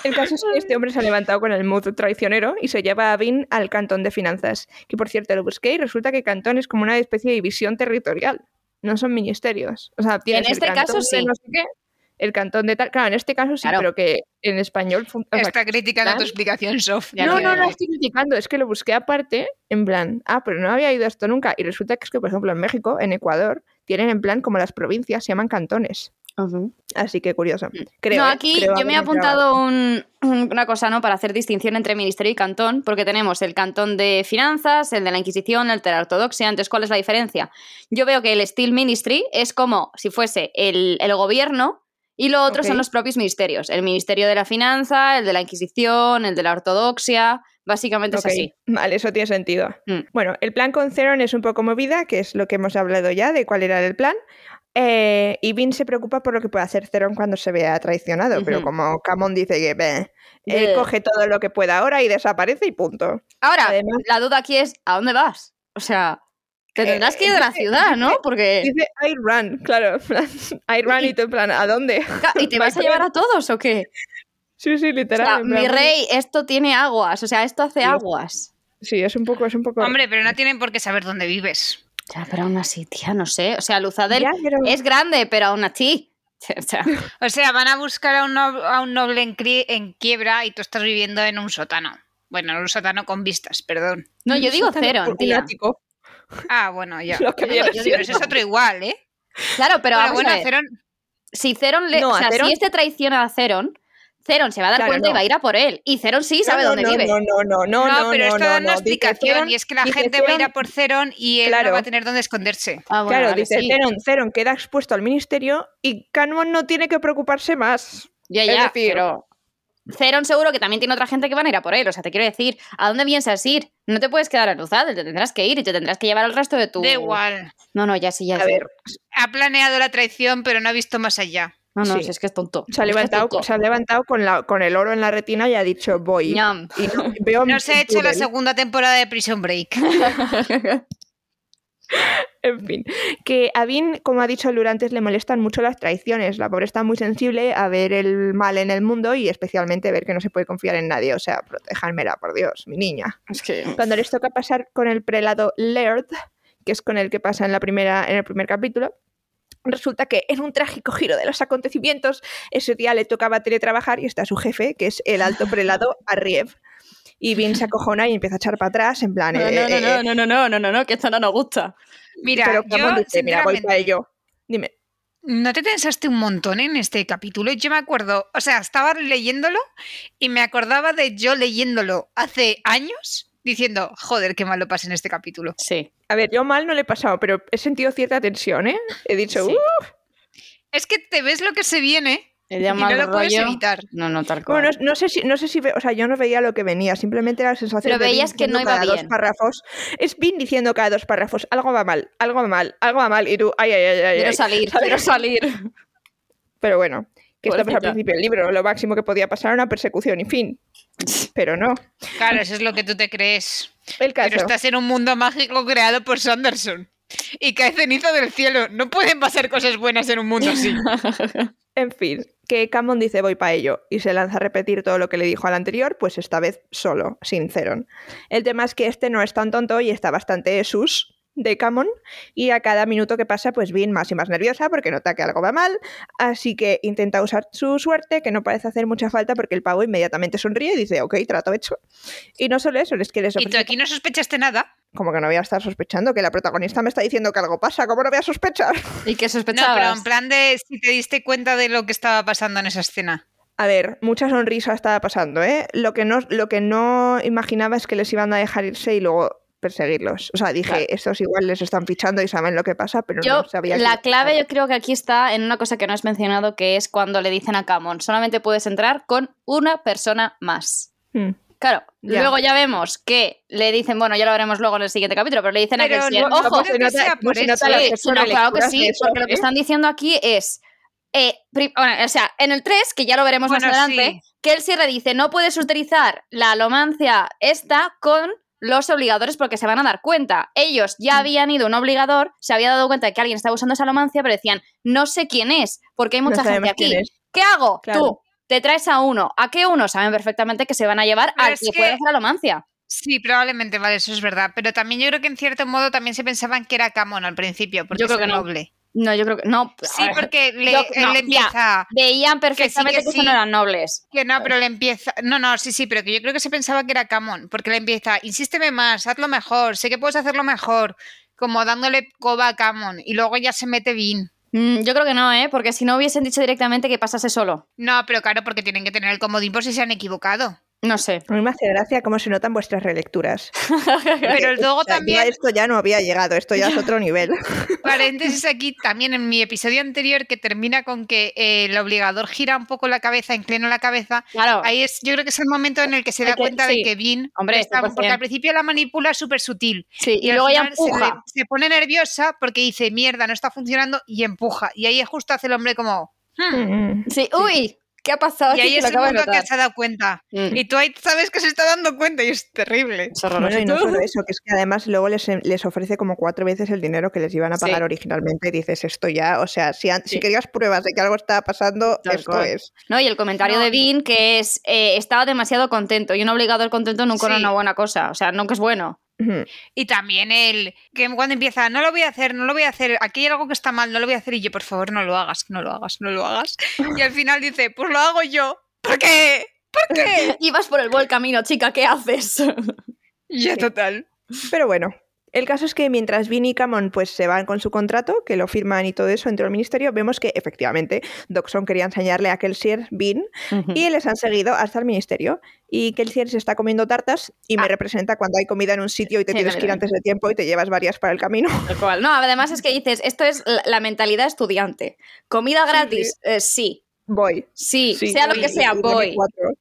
Speaker 4: El caso es que este hombre se ha levantado con el mood traicionero y se lleva a Vin al cantón de finanzas, que por cierto lo busqué y resulta que cantón es como una especie de división territorial, no son ministerios. O sea, tienes
Speaker 1: En este
Speaker 4: el cantón
Speaker 1: caso,
Speaker 4: de
Speaker 1: sí.
Speaker 4: no sé qué, el cantón de tal. Claro, en este caso sí,
Speaker 1: Claro.
Speaker 4: pero que en español. fun- o sea,
Speaker 3: Está criticando tu
Speaker 4: ¿Dan?
Speaker 3: explicación, Sof.
Speaker 1: Ya
Speaker 4: no,
Speaker 1: te
Speaker 4: no,
Speaker 1: digo.
Speaker 4: no estoy criticando, es que lo busqué aparte, en plan, ah, pero no había ido a esto nunca. Y resulta que es que, por ejemplo, en México, en Ecuador, tienen en plan como las provincias, se llaman cantones.
Speaker 1: Ujú.
Speaker 4: Así que curioso. Creo,
Speaker 1: Mm. no,
Speaker 4: ¿eh?
Speaker 1: aquí
Speaker 4: Creo
Speaker 1: yo me he
Speaker 4: haberme
Speaker 1: apuntado un- una cosa, ¿no? Para hacer distinción entre ministerio y cantón, porque tenemos el cantón de finanzas, el de la Inquisición, el de la ortodoxia. Entonces, ¿cuál es la diferencia? Yo veo que el Steel Ministry es como si fuese el, el gobierno y lo otro son
Speaker 4: Ok.
Speaker 1: los propios ministerios. El ministerio de la finanza, el de la Inquisición, el de la ortodoxia. Básicamente
Speaker 4: Ok,
Speaker 1: es así.
Speaker 4: Vale, eso tiene sentido.
Speaker 1: Mm.
Speaker 4: Bueno, el plan con Theron es un poco movida, que es lo que hemos hablado ya de cuál era el plan. Eh, y Vin se preocupa por lo que puede hacer Theron cuando se vea traicionado, pero
Speaker 1: Ujú.
Speaker 4: como Camon dice que "Beh", él
Speaker 1: Bleh.
Speaker 4: coge todo lo que pueda ahora y desaparece y punto.
Speaker 1: Ahora,
Speaker 4: Además-
Speaker 1: la duda aquí es, ¿a dónde vas? O sea, te
Speaker 4: Eh,
Speaker 1: tendrás que ir de la
Speaker 4: dice-
Speaker 1: ciudad, ¿no? Porque...
Speaker 4: Dice I run, claro, en plan, I run y tú en plan, ¿a dónde?
Speaker 1: ¿Y te vas a llevar a todos o qué? O
Speaker 4: Sí, sí,
Speaker 1: sea,
Speaker 4: literal. en plan,
Speaker 1: mi rey, esto tiene aguas, o sea, esto hace
Speaker 4: Sí.
Speaker 1: aguas.
Speaker 4: Sí, es un poco, es un poco.
Speaker 3: Hombre, pero no tienen por qué saber dónde vives.
Speaker 1: Ya, pero aún así, tía, no sé. O sea, Luzadel
Speaker 4: Ya, pero-
Speaker 1: es grande, pero aún así. O sea,
Speaker 3: O sea, van a buscar a un, no- a un noble en, cri- en quiebra y tú estás viviendo en un sótano. Bueno, en un sótano con vistas, perdón.
Speaker 1: no, yo digo
Speaker 4: Sótano,
Speaker 1: cero,
Speaker 4: un
Speaker 1: tía.
Speaker 4: ático,
Speaker 3: Ah, bueno, ya.
Speaker 4: lo que
Speaker 1: Yo digo-
Speaker 4: viene
Speaker 1: yo
Speaker 3: Pero
Speaker 1: digo-
Speaker 3: ese
Speaker 4: siendo.
Speaker 3: es otro igual, ¿eh?
Speaker 1: Claro, pero
Speaker 3: Bueno,
Speaker 1: vamos
Speaker 3: bueno,
Speaker 1: a ver.
Speaker 3: Cerón-
Speaker 1: Si Ceron le,
Speaker 4: No,
Speaker 1: o
Speaker 4: a
Speaker 1: sea,
Speaker 4: Theron-
Speaker 1: si este traiciona a Ceron, Ceron se va a dar
Speaker 4: Claro,
Speaker 1: cuenta
Speaker 4: no.
Speaker 1: y va a ir a por él. Y Ceron sí sabe
Speaker 4: No,
Speaker 1: dónde
Speaker 4: no,
Speaker 1: vive.
Speaker 4: No, no, no, no,
Speaker 3: No,
Speaker 4: no,
Speaker 3: pero
Speaker 4: no,
Speaker 3: esto da
Speaker 4: no,
Speaker 3: una
Speaker 4: no. Dice
Speaker 3: explicación
Speaker 4: Theron-
Speaker 3: y es que la
Speaker 4: dice
Speaker 3: gente va a ir
Speaker 4: Theron-
Speaker 3: a por Cerón y él
Speaker 4: Claro.
Speaker 3: no va a tener dónde esconderse.
Speaker 1: Ah, bueno,
Speaker 4: claro,
Speaker 1: vale,
Speaker 4: dice
Speaker 1: sí.
Speaker 4: Theron, Theron queda expuesto al ministerio y Canmon no tiene que preocuparse más.
Speaker 1: Ya,
Speaker 4: Es
Speaker 1: ya,
Speaker 4: decir-
Speaker 1: pero Ceron seguro que también tiene otra gente que van a ir a por él. O sea, te quiero decir, ¿a dónde piensas ir? No te puedes quedar aluzado, te tendrás que ir y te tendrás que llevar al resto de tu...
Speaker 3: Da igual.
Speaker 1: No, no, ya sí, ya
Speaker 4: A
Speaker 1: sé.
Speaker 4: ver,
Speaker 3: Ha planeado la traición, pero no ha visto más allá.
Speaker 1: No, no,
Speaker 4: sí.
Speaker 1: si es que es tonto.
Speaker 4: se ha
Speaker 1: Es que es
Speaker 4: levantado,
Speaker 1: tonto.
Speaker 4: se ha levantado con, la, con el oro en la retina y ha dicho voy.
Speaker 1: Ñam.
Speaker 4: Y no- veo
Speaker 3: No se ha
Speaker 4: un
Speaker 3: hecho la
Speaker 4: túnel.
Speaker 3: segunda temporada de Prison Break.
Speaker 4: En fin, que a Vin, como ha dicho Lur antes, le molestan mucho las traiciones. La pobre está muy sensible a ver el mal en el mundo y especialmente ver que no se puede confiar en nadie. O sea, protéjanmela, por Dios, mi niña.
Speaker 1: Es que...
Speaker 4: Cuando les toca pasar con el prelado Laird, que es con el que pasa en, la primera, en el primer capítulo, resulta que en un trágico giro de los acontecimientos, ese día le tocaba teletrabajar y está su jefe, que es el alto prelado Arriev. Y Vin se acojona y empieza a echar para atrás, en plan.
Speaker 1: No,
Speaker 4: eh,
Speaker 1: no,
Speaker 4: eh,
Speaker 1: no,
Speaker 4: eh,
Speaker 1: no, no, no, no, no, no, no, que esto no nos gusta.
Speaker 3: Mira,
Speaker 4: pero Cameron
Speaker 3: yo,
Speaker 4: dice, mira, voy para
Speaker 3: sinceramente,
Speaker 4: ello. Dime.
Speaker 3: ¿No te pensaste un montón en este capítulo? Yo me acuerdo, o sea, estaba leyéndolo y me acordaba de yo leyéndolo hace años diciendo, joder, qué mal lo pasé en este capítulo.
Speaker 1: Sí.
Speaker 4: A ver, yo mal no le he pasado, pero he sentido cierta tensión, ¿eh? He dicho,
Speaker 1: Sí.
Speaker 4: "Uh".
Speaker 3: Es que te ves lo que se viene
Speaker 1: El
Speaker 3: y
Speaker 1: día
Speaker 3: no
Speaker 1: mal
Speaker 3: lo puedes
Speaker 1: rollo-
Speaker 3: evitar.
Speaker 1: No, no, tal cual.
Speaker 4: Bueno, no, no sé si, no sé si ve- o sea, yo no veía lo que venía, simplemente era la sensación
Speaker 1: Pero
Speaker 4: de Vin
Speaker 1: veías que no
Speaker 4: diciendo
Speaker 1: iba
Speaker 4: cada dos
Speaker 1: bien.
Speaker 4: párrafos. Es Vin diciendo cada dos párrafos, algo va mal, algo va mal, algo va mal, y tú, ay, ay, ay, ay.
Speaker 1: Quiero
Speaker 4: ay".
Speaker 1: salir, quiero salir.
Speaker 4: Pero bueno, que esto pasa al
Speaker 1: Pobrecita.
Speaker 4: principio del libro, lo máximo que podía pasar era una persecución y fin. Pero no.
Speaker 3: Claro, eso es lo que tú te crees.
Speaker 4: El caso.
Speaker 3: Pero estás en un mundo mágico creado por Sanderson. Y cae ceniza del cielo. No pueden pasar cosas buenas en un mundo así.
Speaker 4: En fin, que Camon dice voy para ello y se lanza a repetir todo lo que le dijo al anterior, pues esta vez solo, sin Theron. El tema es que este no es tan tonto y está bastante sus de Camon y a cada minuto que pasa pues Vin más y más nerviosa porque nota que algo va mal, así que intenta usar su suerte que no parece hacer mucha falta porque el pavo inmediatamente sonríe y dice ok, trato hecho. Y no solo eso, es que les
Speaker 3: Y tú
Speaker 4: ofrece
Speaker 3: aquí no sospechaste nada.
Speaker 4: como que no voy a estar sospechando que la protagonista me está diciendo que algo pasa, ¿cómo no voy a sospechar?
Speaker 1: Y que
Speaker 3: No, pero
Speaker 1: sospechabas.
Speaker 3: en plan de si te diste cuenta de lo que estaba pasando en esa escena.
Speaker 4: A ver, mucha sonrisa estaba pasando, ¿eh? Lo que no, lo que no imaginaba es que les iban a dejar irse y luego perseguirlos. O sea, dije,
Speaker 1: Claro.
Speaker 4: estos igual les están fichando y saben lo que pasa, pero
Speaker 1: Yo,
Speaker 4: no sabía que-
Speaker 1: la clave yo creo que aquí está en una cosa que no has mencionado, que es cuando le dicen a Camon, solamente puedes entrar con una persona más.
Speaker 4: Hmm.
Speaker 1: Claro,
Speaker 4: Ya.
Speaker 1: luego ya vemos que le dicen, bueno, ya lo veremos luego en el siguiente capítulo, pero le dicen
Speaker 3: Pero
Speaker 1: a Kelsier,
Speaker 3: no- no
Speaker 1: ojo,
Speaker 3: creo que sea por
Speaker 4: se
Speaker 3: eso, ¿eh?
Speaker 4: nota la
Speaker 1: Sí,
Speaker 4: persona
Speaker 1: no, claro que
Speaker 4: lectura
Speaker 1: sí,
Speaker 4: de eso,
Speaker 1: porque lo que
Speaker 4: ¿eh?
Speaker 1: están diciendo aquí es. eh, pri- bueno, o sea, en el 3, que ya lo veremos más
Speaker 3: Bueno,
Speaker 1: adelante, que el cierre dice: no puedes utilizar la alomancia esta con los obligadores porque se van a dar cuenta. Ellos ya habían ido a un obligador, se había dado cuenta de que alguien estaba usando esa alomancia, pero decían: no sé quién es, porque hay
Speaker 4: No
Speaker 1: mucha gente
Speaker 4: sabemos
Speaker 1: aquí.
Speaker 4: quién es.
Speaker 1: ¿Qué hago?
Speaker 4: Claro.
Speaker 1: Tú te traes a uno. ¿A qué uno? Saben perfectamente que se van a llevar
Speaker 3: Pero
Speaker 1: al
Speaker 3: es
Speaker 1: que
Speaker 3: que-
Speaker 1: puede hacer alomancia.
Speaker 3: Sí, probablemente, vale, eso es verdad. Pero también yo creo que en cierto modo también se pensaban que era Camón al principio, porque
Speaker 1: Yo creo
Speaker 3: es
Speaker 1: que
Speaker 3: un
Speaker 1: no.
Speaker 3: noble.
Speaker 1: No, yo creo que. No,
Speaker 3: Sí, porque le,
Speaker 1: Yo-
Speaker 3: él
Speaker 1: no,
Speaker 3: le
Speaker 1: mira.
Speaker 3: empieza.
Speaker 1: veían perfectamente que,
Speaker 3: que
Speaker 1: eso
Speaker 3: sí.
Speaker 1: no eran nobles.
Speaker 3: Que no, pero le empieza. No, no, sí, sí, pero que yo creo que se pensaba que era Camón, porque le empieza, insísteme más, hazlo mejor, sé que puedes hacerlo mejor. como dándole coba a Camon y luego ya se mete Vin.
Speaker 1: Mm, yo creo que no, ¿eh? Porque si no hubiesen dicho directamente que pasase solo.
Speaker 3: No, pero claro, porque tienen que tener el comodín por si se han equivocado.
Speaker 1: No sé.
Speaker 4: A mí me hace gracia cómo se notan vuestras relecturas.
Speaker 3: Pero el Dogo
Speaker 4: O sea, yo a
Speaker 3: también,
Speaker 4: Esto ya no había llegado, esto ya es otro nivel.
Speaker 3: paréntesis aquí, también en mi episodio anterior que termina con que eh, el obligador gira un poco la cabeza, inclina la cabeza.
Speaker 1: Claro.
Speaker 3: Ahí es, yo creo que es el momento en el que se
Speaker 1: Oh.
Speaker 3: da
Speaker 1: Hay que-
Speaker 3: cuenta
Speaker 1: sí.
Speaker 3: de que Vin
Speaker 1: Hombre,
Speaker 3: está,
Speaker 1: 100%.
Speaker 3: porque al principio la manipula súper sutil.
Speaker 1: sí, y,
Speaker 3: al
Speaker 1: luego ya
Speaker 3: final se le-
Speaker 1: empuja.
Speaker 3: Se, pone nerviosa porque dice, mierda, no está funcionando y empuja. Y ahí justo hace el hombre como... "Hmm".
Speaker 1: Sí, uy, ¿qué ha pasado? aquí
Speaker 3: Y ahí
Speaker 1: que
Speaker 3: es
Speaker 1: lo
Speaker 3: el
Speaker 1: acabo de
Speaker 3: momento que
Speaker 1: notar?
Speaker 3: se ha dado cuenta.
Speaker 1: Mm,
Speaker 3: Y tú ahí sabes que se está dando cuenta y es terrible.
Speaker 1: es horroroso.
Speaker 4: Bueno, y no solo eso, que es que además luego les, les ofrece como cuatro veces el dinero que les iban a
Speaker 1: Sí.
Speaker 4: pagar originalmente y dices esto ya, o sea, si, an- si
Speaker 1: Sí.
Speaker 4: querías pruebas de que algo estaba pasando,
Speaker 1: Tal
Speaker 4: esto
Speaker 1: cual.
Speaker 4: es.
Speaker 1: No, y el comentario
Speaker 3: No,
Speaker 1: de
Speaker 3: y-
Speaker 1: Vin que es eh, estaba demasiado contento y un obligador contento nunca era
Speaker 3: Sí.
Speaker 1: una buena cosa. O sea, nunca es bueno.
Speaker 4: Ujú.
Speaker 3: Y también el que cuando empieza, no lo voy a hacer, no lo voy a hacer, aquí hay algo que está mal, no lo voy a hacer y yo, por favor, no lo hagas, no lo hagas, no lo hagas. Y al final dice, pues lo hago yo. ¿Por qué? ¿Por qué?
Speaker 1: Ibas por el buen camino, chica, ¿qué haces?
Speaker 3: Y ya total.
Speaker 4: Pero bueno, el caso es que mientras Vin y Camon pues se van con su contrato, que lo firman y todo eso dentro del ministerio, vemos que efectivamente Doxon quería enseñarle a Kelsier Vin y les han seguido hasta el ministerio. Y Kelsier se está comiendo tartas y me
Speaker 1: Ah.
Speaker 4: representa cuando hay comida en un sitio y te
Speaker 1: Sí,
Speaker 4: tienes que ir
Speaker 1: vale,
Speaker 4: antes de tiempo y te llevas varias para el camino.
Speaker 1: Tal cual. No, además es que dices, esto es la, la mentalidad estudiante. ¿Comida gratis? Eh, Sí,
Speaker 4: Voy.
Speaker 1: sí,
Speaker 4: Sí,
Speaker 1: sea lo
Speaker 4: y-
Speaker 1: que sea,
Speaker 4: y tiene
Speaker 1: voy.
Speaker 4: cuatro.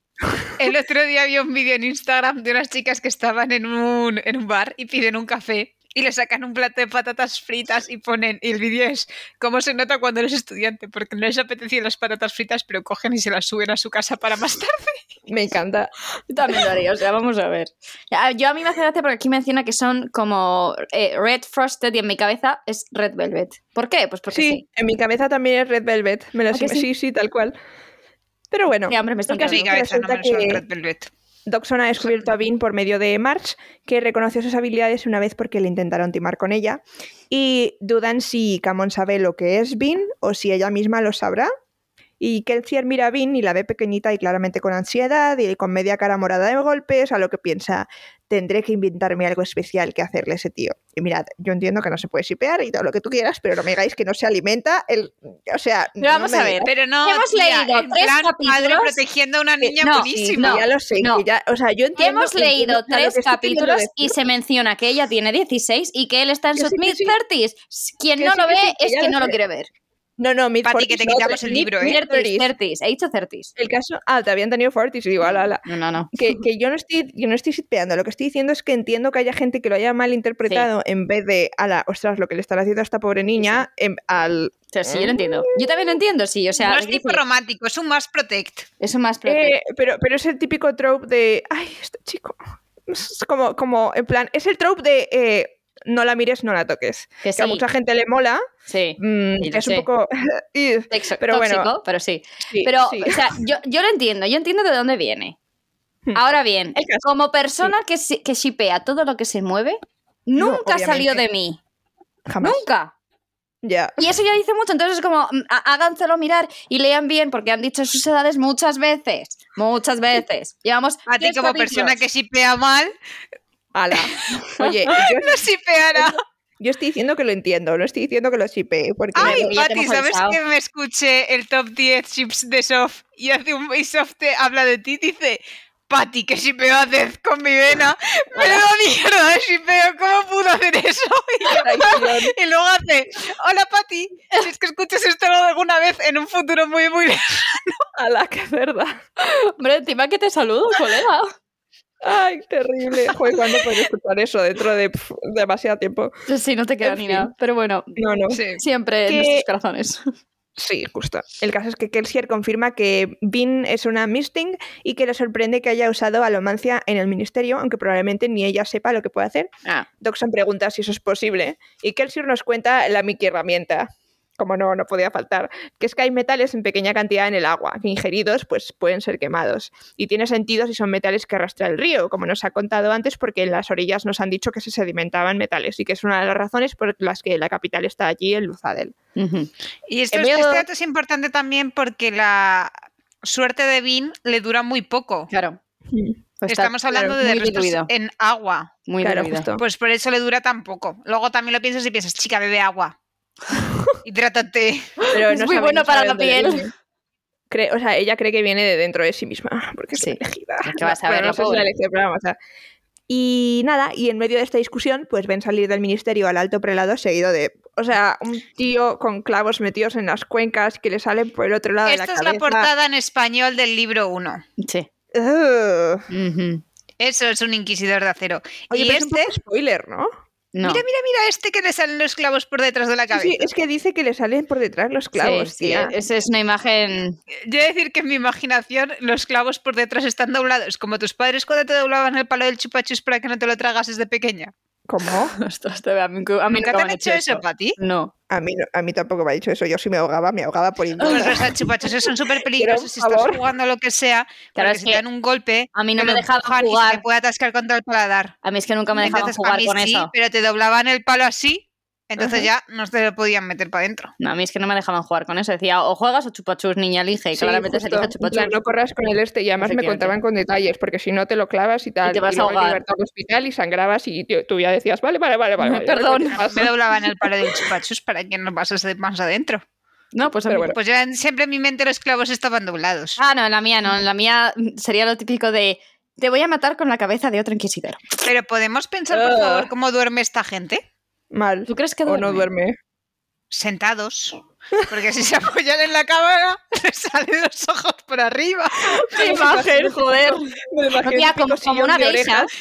Speaker 3: El otro día vi un vídeo en Instagram de unas chicas que estaban en un, en un bar y piden un café y le sacan un plato de patatas fritas y ponen, y el vídeo es cómo se nota cuando eres estudiante, porque no les apetecían las patatas fritas, pero cogen y se las suben a su casa para más tarde.
Speaker 4: Me encanta.
Speaker 1: Yo también lo haría, o sea, vamos a ver. Ya, Yo a mí me hace gracia porque aquí menciona que son como eh, Red Frosted y en mi cabeza es Red Velvet. ¿Por qué? Pues porque sí.
Speaker 4: Sí, en mi cabeza también es Red Velvet. Me lo
Speaker 1: ¿A que
Speaker 4: sí?
Speaker 1: sí?
Speaker 4: sí, tal cual. Pero bueno,
Speaker 1: Qué hambre me está
Speaker 4: Nunca
Speaker 1: entrando.
Speaker 4: sí, cabeza, no resulta menos que- Red Doxon ha descubierto a Bean por medio de March, que reconoció sus habilidades una vez porque le intentaron timar con ella. Y dudan si Camon sabe lo que es Bean o si ella misma lo sabrá. Y Kelsier mira a Bean y la ve pequeñita y claramente con ansiedad y con media cara morada de golpes, a lo que piensa, tendré que inventarme algo especial que hacerle a ese tío. Y mirad, yo entiendo que no se puede sipear y todo lo que tú quieras, pero no me digáis que no se alimenta el... O sea...
Speaker 1: Pero vamos
Speaker 4: no me
Speaker 1: a ver,
Speaker 4: digáis.
Speaker 3: Pero no,
Speaker 1: Hemos
Speaker 3: tía,
Speaker 1: leído
Speaker 3: en
Speaker 1: tres
Speaker 3: plan padre
Speaker 1: capítulos.
Speaker 3: protegiendo a una niña
Speaker 1: no,
Speaker 4: Sí,
Speaker 3: purísima.
Speaker 1: no.
Speaker 4: ya lo sé, que
Speaker 1: no.
Speaker 4: ya- o sea, yo entiendo...
Speaker 1: Hemos leído
Speaker 4: entiendo, o sea, lo
Speaker 1: tres
Speaker 4: que estoy queriendo
Speaker 1: capítulos
Speaker 4: decir-
Speaker 1: y se menciona que ella tiene 16 y que él está en
Speaker 4: Que
Speaker 1: sus
Speaker 4: sí, que sí.
Speaker 1: mid-30s. Quien
Speaker 4: Que
Speaker 1: no
Speaker 4: sí,
Speaker 1: lo
Speaker 4: que
Speaker 1: ve
Speaker 4: sí, que
Speaker 1: es
Speaker 4: ya
Speaker 1: que
Speaker 4: lo
Speaker 1: no lo
Speaker 4: sé.
Speaker 1: quiere ver.
Speaker 4: No, no, mid
Speaker 3: Pati, que te
Speaker 4: 40s, no,
Speaker 3: quitamos el libro, ¿eh?
Speaker 1: 30s,
Speaker 4: 30s.
Speaker 1: 30s, he dicho 30s.
Speaker 4: El caso, ah, te habían tenido 40s, digo, ala, ala.
Speaker 1: No, no, no.
Speaker 4: Que, que yo no estoy, yo no estoy sitpeando, lo que estoy diciendo es que entiendo que haya gente que lo haya malinterpretado en vez de, ala, ostras, lo que le están haciendo a esta pobre niña, em, al...
Speaker 1: O sea, sí,
Speaker 4: Mm.
Speaker 1: yo lo entiendo. Yo también lo entiendo, sí. O sea,
Speaker 3: no
Speaker 1: es
Speaker 3: es tipo
Speaker 1: decir,
Speaker 3: romántico, es un más protect.
Speaker 1: eso más prote-
Speaker 4: Eh, pero, pero es el típico trope de, ay, este chico, es como, como, en plan, es el trope de, eh, no la mires, no la toques.
Speaker 1: que
Speaker 4: Que
Speaker 1: sí,
Speaker 4: a mucha gente le mola,
Speaker 1: sí.
Speaker 4: mm,
Speaker 1: Sí, lo
Speaker 4: que es
Speaker 1: sé.
Speaker 4: un poco... y-
Speaker 1: Texo-
Speaker 4: pero bueno.
Speaker 1: tóxico, pero sí.
Speaker 4: sí,
Speaker 1: Pero,
Speaker 4: sí.
Speaker 1: o sea, yo, yo lo entiendo, yo entiendo de dónde viene.
Speaker 4: Hmm.
Speaker 1: Ahora bien,
Speaker 4: El caso,
Speaker 1: como persona que si- que shipea todo lo que se mueve, nunca
Speaker 4: obviamente.
Speaker 1: salió de mí.
Speaker 4: jamás.
Speaker 1: Nunca.
Speaker 4: Ya.
Speaker 1: Y eso ya dice mucho, entonces es como, mm, há- háganselo mirar y lean bien, porque han dicho sus edades muchas veces. Muchas veces. Llevamos.
Speaker 3: A ti
Speaker 1: tres
Speaker 3: como
Speaker 1: capítulos.
Speaker 3: persona que sipea mal,
Speaker 4: Ala. Oye, yo
Speaker 3: no sipeará.
Speaker 4: Yo estoy diciendo que lo entiendo, no estoy diciendo que lo shipee, porque
Speaker 3: Ay,
Speaker 1: te
Speaker 3: Pati,
Speaker 1: hemos
Speaker 3: ¿sabes
Speaker 1: avisado.
Speaker 3: que me escuché el top 10 chips de Soft? Y hace un y Soft te habla de ti y dice, Pati, que shipeo a Death con mi vena. Pero mierda, shipeo, ¿cómo pudo hacer eso?
Speaker 4: traición.
Speaker 3: Y luego hace, hola Pati, si es que escuchas esto alguna vez en un futuro muy, muy lejano.
Speaker 4: ala, qué verdad.
Speaker 1: Hombre, encima que te saludo, colega.
Speaker 4: Ay, terrible. Joder, ¿cuándo podré escuchar eso? Dentro de pf, demasiado tiempo.
Speaker 1: Sí, no te queda
Speaker 4: En
Speaker 1: ni
Speaker 4: fin.
Speaker 1: nada. Pero bueno,
Speaker 4: No, no.
Speaker 3: Sí.
Speaker 1: siempre
Speaker 4: Que-
Speaker 1: en nuestros corazones.
Speaker 4: Sí, justo. El caso es que Kelsier confirma que Bean es una Misting y que le sorprende que haya usado alomancia en el ministerio, aunque probablemente ni ella sepa lo que puede hacer.
Speaker 1: Ah,
Speaker 4: Doxon pregunta si eso es posible y Kelsier nos cuenta la Mickey herramienta. Como no, no podía faltar, que es que hay metales en pequeña cantidad en el agua, que ingeridos pues pueden ser quemados. Y tiene sentido si son metales que arrastra el río, como nos ha contado antes, porque en las orillas nos han dicho que se sedimentaban metales y que es una de las razones por las que la capital está allí, en Luzadel.
Speaker 1: ujú.
Speaker 3: Y esto
Speaker 4: En
Speaker 3: es-
Speaker 4: medio-
Speaker 3: este dato es importante también porque la suerte de Vin le dura muy poco.
Speaker 1: claro. Pues está
Speaker 3: Estamos hablando
Speaker 1: claro,
Speaker 3: de
Speaker 1: muy
Speaker 3: restos
Speaker 1: diluido,
Speaker 3: en agua.
Speaker 1: muy
Speaker 4: eh, Claro,
Speaker 1: diluido.
Speaker 4: justo.
Speaker 3: Pues por eso le dura tan poco. Luego también lo piensas y piensas, chica, bebe agua. Hidrátate.
Speaker 4: Pero
Speaker 1: Es
Speaker 4: no
Speaker 1: muy
Speaker 4: sabemos
Speaker 1: bueno para
Speaker 4: de
Speaker 1: la
Speaker 4: dónde
Speaker 1: piel.
Speaker 4: viene. Cree- o sea, ella cree que viene de dentro de sí misma, porque es
Speaker 1: Sí.
Speaker 4: una elegida.
Speaker 1: que vas a
Speaker 4: Bueno,
Speaker 1: ver,
Speaker 4: no
Speaker 1: la
Speaker 4: sé si este
Speaker 1: pobre.
Speaker 4: la elegida, pero vamos a- Y nada, y en medio de esta discusión, pues ven salir del ministerio al alto prelado seguido de, o sea, un tío con clavos metidos en las cuencas que le salen por el otro lado
Speaker 3: Esta
Speaker 4: de la
Speaker 3: es la
Speaker 4: cabeza.
Speaker 3: portada en español del libro 1.
Speaker 1: Sí.
Speaker 4: Ugh.
Speaker 1: Ujú.
Speaker 3: Eso es un inquisidor de acero.
Speaker 4: Oye,
Speaker 3: y
Speaker 4: pero
Speaker 3: este,
Speaker 4: es un poco spoiler, ¿no?
Speaker 1: No.
Speaker 3: mira, mira, mira este que le salen los clavos por detrás de la
Speaker 4: Sí,
Speaker 3: cabeza.
Speaker 4: sí, es que dice que le salen por detrás los clavos,
Speaker 1: sí, sí,
Speaker 4: tía.
Speaker 1: esa es una imagen.
Speaker 3: Yo he de decir que en mi imaginación los clavos por detrás están doblados, como tus padres cuando te doblaban el palo del chupachus para que no te lo tragases de pequeña.
Speaker 4: ¿Cómo?
Speaker 1: Ostras, a mí, a mí
Speaker 3: ¿Nunca te han hecho eso, Pati?
Speaker 1: No.
Speaker 4: A mí, no- a mí tampoco me ha dicho eso. Yo si me ahogaba, me ahogaba por
Speaker 3: Pues
Speaker 4: indulto.
Speaker 3: los chupachus son súper
Speaker 4: Pero,
Speaker 3: peligrosos si estás
Speaker 4: favor.
Speaker 3: jugando a lo que sea,
Speaker 1: Claro,
Speaker 3: porque
Speaker 1: es
Speaker 3: si
Speaker 1: que
Speaker 3: te dan un golpe,
Speaker 1: A mí no
Speaker 3: te
Speaker 1: me
Speaker 3: lo
Speaker 1: dejaban
Speaker 3: empujan y se
Speaker 1: jugar.
Speaker 3: te puede atascar contra el paladar.
Speaker 1: A mí es que nunca me dejaban
Speaker 3: Entonces, a
Speaker 1: jugar
Speaker 3: mí
Speaker 1: con
Speaker 3: sí,
Speaker 1: eso.
Speaker 3: pero te doblaban el palo así, entonces
Speaker 4: Ajá.
Speaker 3: ya no te lo podían meter para adentro.
Speaker 1: No, a mí es que no me dejaban jugar con eso. Decía, o juegas o chupachus, niña, elige. Y
Speaker 4: Sí,
Speaker 1: claramente se
Speaker 4: justo.
Speaker 1: elige
Speaker 4: En plan,
Speaker 1: chupachus.
Speaker 4: no corras con el este y además me
Speaker 1: Efectivamente.
Speaker 4: contaban con detalles, porque si no te lo clavas y tal.
Speaker 1: Y te vas a
Speaker 4: luego
Speaker 1: ahogar.
Speaker 4: libertad al hospital y sangrabas y tío, tú ya decías, vale, vale, vale, vale. vale,
Speaker 1: Perdón.
Speaker 4: ya me paso.
Speaker 3: Me doblaban el palo del chupachus para que no pasase más adentro.
Speaker 1: No, pues a
Speaker 4: Pero
Speaker 1: mí-
Speaker 4: bueno.
Speaker 3: Pues yo en- siempre en mi mente los clavos estaban doblados.
Speaker 1: Ah, no, en la mía no. En la mía mm, sería lo típico de te voy a matar con la cabeza de otro inquisidor.
Speaker 3: Pero podemos pensar, por
Speaker 4: Ah.
Speaker 3: favor, cómo duerme esta gente.
Speaker 4: Mal.
Speaker 1: ¿Tú crees que
Speaker 4: O no duerme.
Speaker 3: Sentados. Porque si se apoyan en la cámara, le salen los ojos por arriba.
Speaker 1: ¡Qué imagen, joder!
Speaker 4: Me imagino
Speaker 1: Tía,
Speaker 4: un
Speaker 1: como,
Speaker 4: picosillón
Speaker 1: como una
Speaker 4: de
Speaker 1: geisha.
Speaker 4: orejas,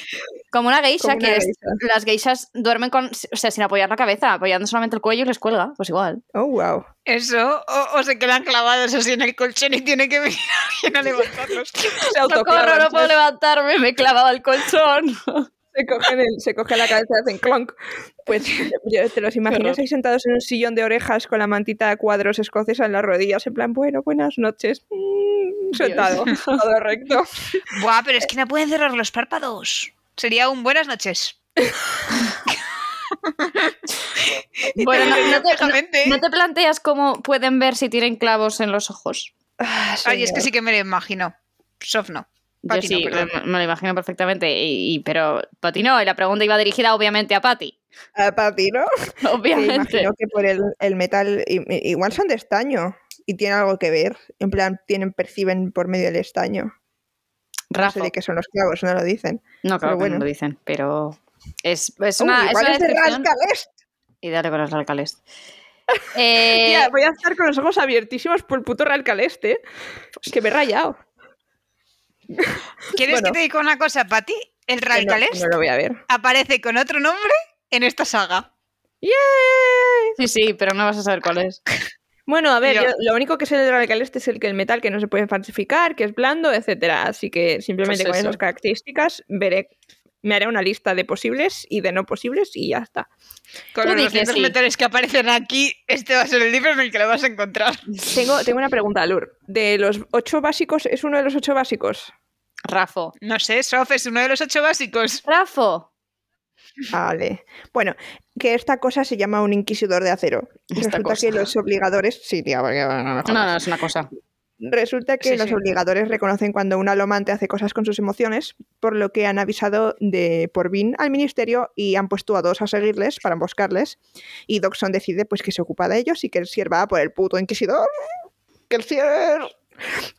Speaker 1: Como una geisha,
Speaker 4: como una
Speaker 1: que es-
Speaker 4: geisha.
Speaker 1: las geishas duermen con, o sea, sin apoyar la cabeza, apoyando solamente el cuello y les cuelga. Pues igual.
Speaker 4: Oh, wow.
Speaker 3: Eso, o, o se quedan clavados así en el colchón y tiene que venir alguien a levantarlos.
Speaker 4: Se
Speaker 1: ¡Socorro,
Speaker 4: autoclavan,
Speaker 1: no puedo
Speaker 4: ¿sabes?
Speaker 1: levantarme! Me he clavado al colchón.
Speaker 4: se, cogen el- se coge la cabeza y hacen clonk. Pues yo- te los imaginas ahí sentados en un sillón de orejas con la mantita a cuadros escocesa en las rodillas, en plan, bueno, buenas noches. Mm, sentado, todo recto.
Speaker 3: Buah, pero es que no pueden cerrar los párpados. Sería un buenas noches.
Speaker 1: bueno, no, no te, no-
Speaker 3: Fijamente.
Speaker 1: no te planteas cómo pueden ver si tienen clavos en los ojos.
Speaker 3: Ay, es que sí que me lo imagino. Soft no. Pati
Speaker 1: Yo
Speaker 3: no,
Speaker 1: sí,
Speaker 3: perdón.
Speaker 1: me, me lo imagino perfectamente. Y, y- pero Pati no, y la pregunta iba dirigida obviamente a Pati.
Speaker 4: A Pati, ¿no? Que
Speaker 1: Obviamente.
Speaker 4: imagino que por el, el metal, i- i- igual son de estaño y tiene algo que ver. En plan, tienen, perciben por medio del estaño. No sé
Speaker 1: Rafa.
Speaker 4: de qué son los clavos, no lo dicen.
Speaker 1: No, claro
Speaker 4: Pero
Speaker 1: que no
Speaker 4: bueno.
Speaker 1: lo dicen, pero es, es
Speaker 4: Uy,
Speaker 1: una, es
Speaker 4: igual
Speaker 1: una
Speaker 4: es de
Speaker 1: descripción.
Speaker 4: Rascales.
Speaker 1: Y dale con los alcaldes. Eh,
Speaker 4: Tía, voy a estar con los ojos abiertísimos por el puto Ralcaleste. Que me he rayado.
Speaker 3: ¿Quieres
Speaker 4: Bueno.
Speaker 3: que te diga una cosa, Pati? El
Speaker 4: Que no-
Speaker 3: Ralcalés
Speaker 4: No, lo voy a ver.
Speaker 3: aparece con otro nombre en esta saga.
Speaker 4: ¡Yay!
Speaker 1: sí, sí, pero no vas a saber cuál es.
Speaker 4: Bueno, a ver,
Speaker 3: Yo-
Speaker 4: yo- lo único que sé del Ralcaleste es el que el metal que no se puede falsificar, que es blando, etcétera. Así que simplemente
Speaker 1: Pues
Speaker 4: con
Speaker 1: eso.
Speaker 4: esas características veré, me haré una lista de posibles y de no posibles y ya está.
Speaker 3: Con
Speaker 1: Tú
Speaker 3: los
Speaker 1: di que
Speaker 3: 200
Speaker 1: sí.
Speaker 3: metales que aparecen aquí, este va a ser el libro en el que lo vas a encontrar.
Speaker 4: Tengo, tengo una pregunta, Lur. De los ocho básicos, ¿es uno de los ocho básicos?
Speaker 1: Rafo.
Speaker 3: No sé, Sof es uno de los ocho básicos.
Speaker 1: Rafo.
Speaker 4: Vale. Bueno, que esta cosa se llama un inquisidor de acero.
Speaker 1: Esta
Speaker 4: Resulta
Speaker 1: cosa.
Speaker 4: que los obligadores. Sí, tía, porque bueno, no me
Speaker 1: No,
Speaker 4: jodas.
Speaker 1: no, es una cosa.
Speaker 4: Resulta que
Speaker 3: Sí,
Speaker 4: los
Speaker 3: sí.
Speaker 4: obligadores reconocen cuando un alomante hace cosas con sus emociones, por lo que han avisado de por Vin al ministerio y han puesto a dos a seguirles para emboscarles. Y Doxon decide pues que se ocupa de ellos y que el Sier va a por el puto inquisidor. ¡Que el Sier!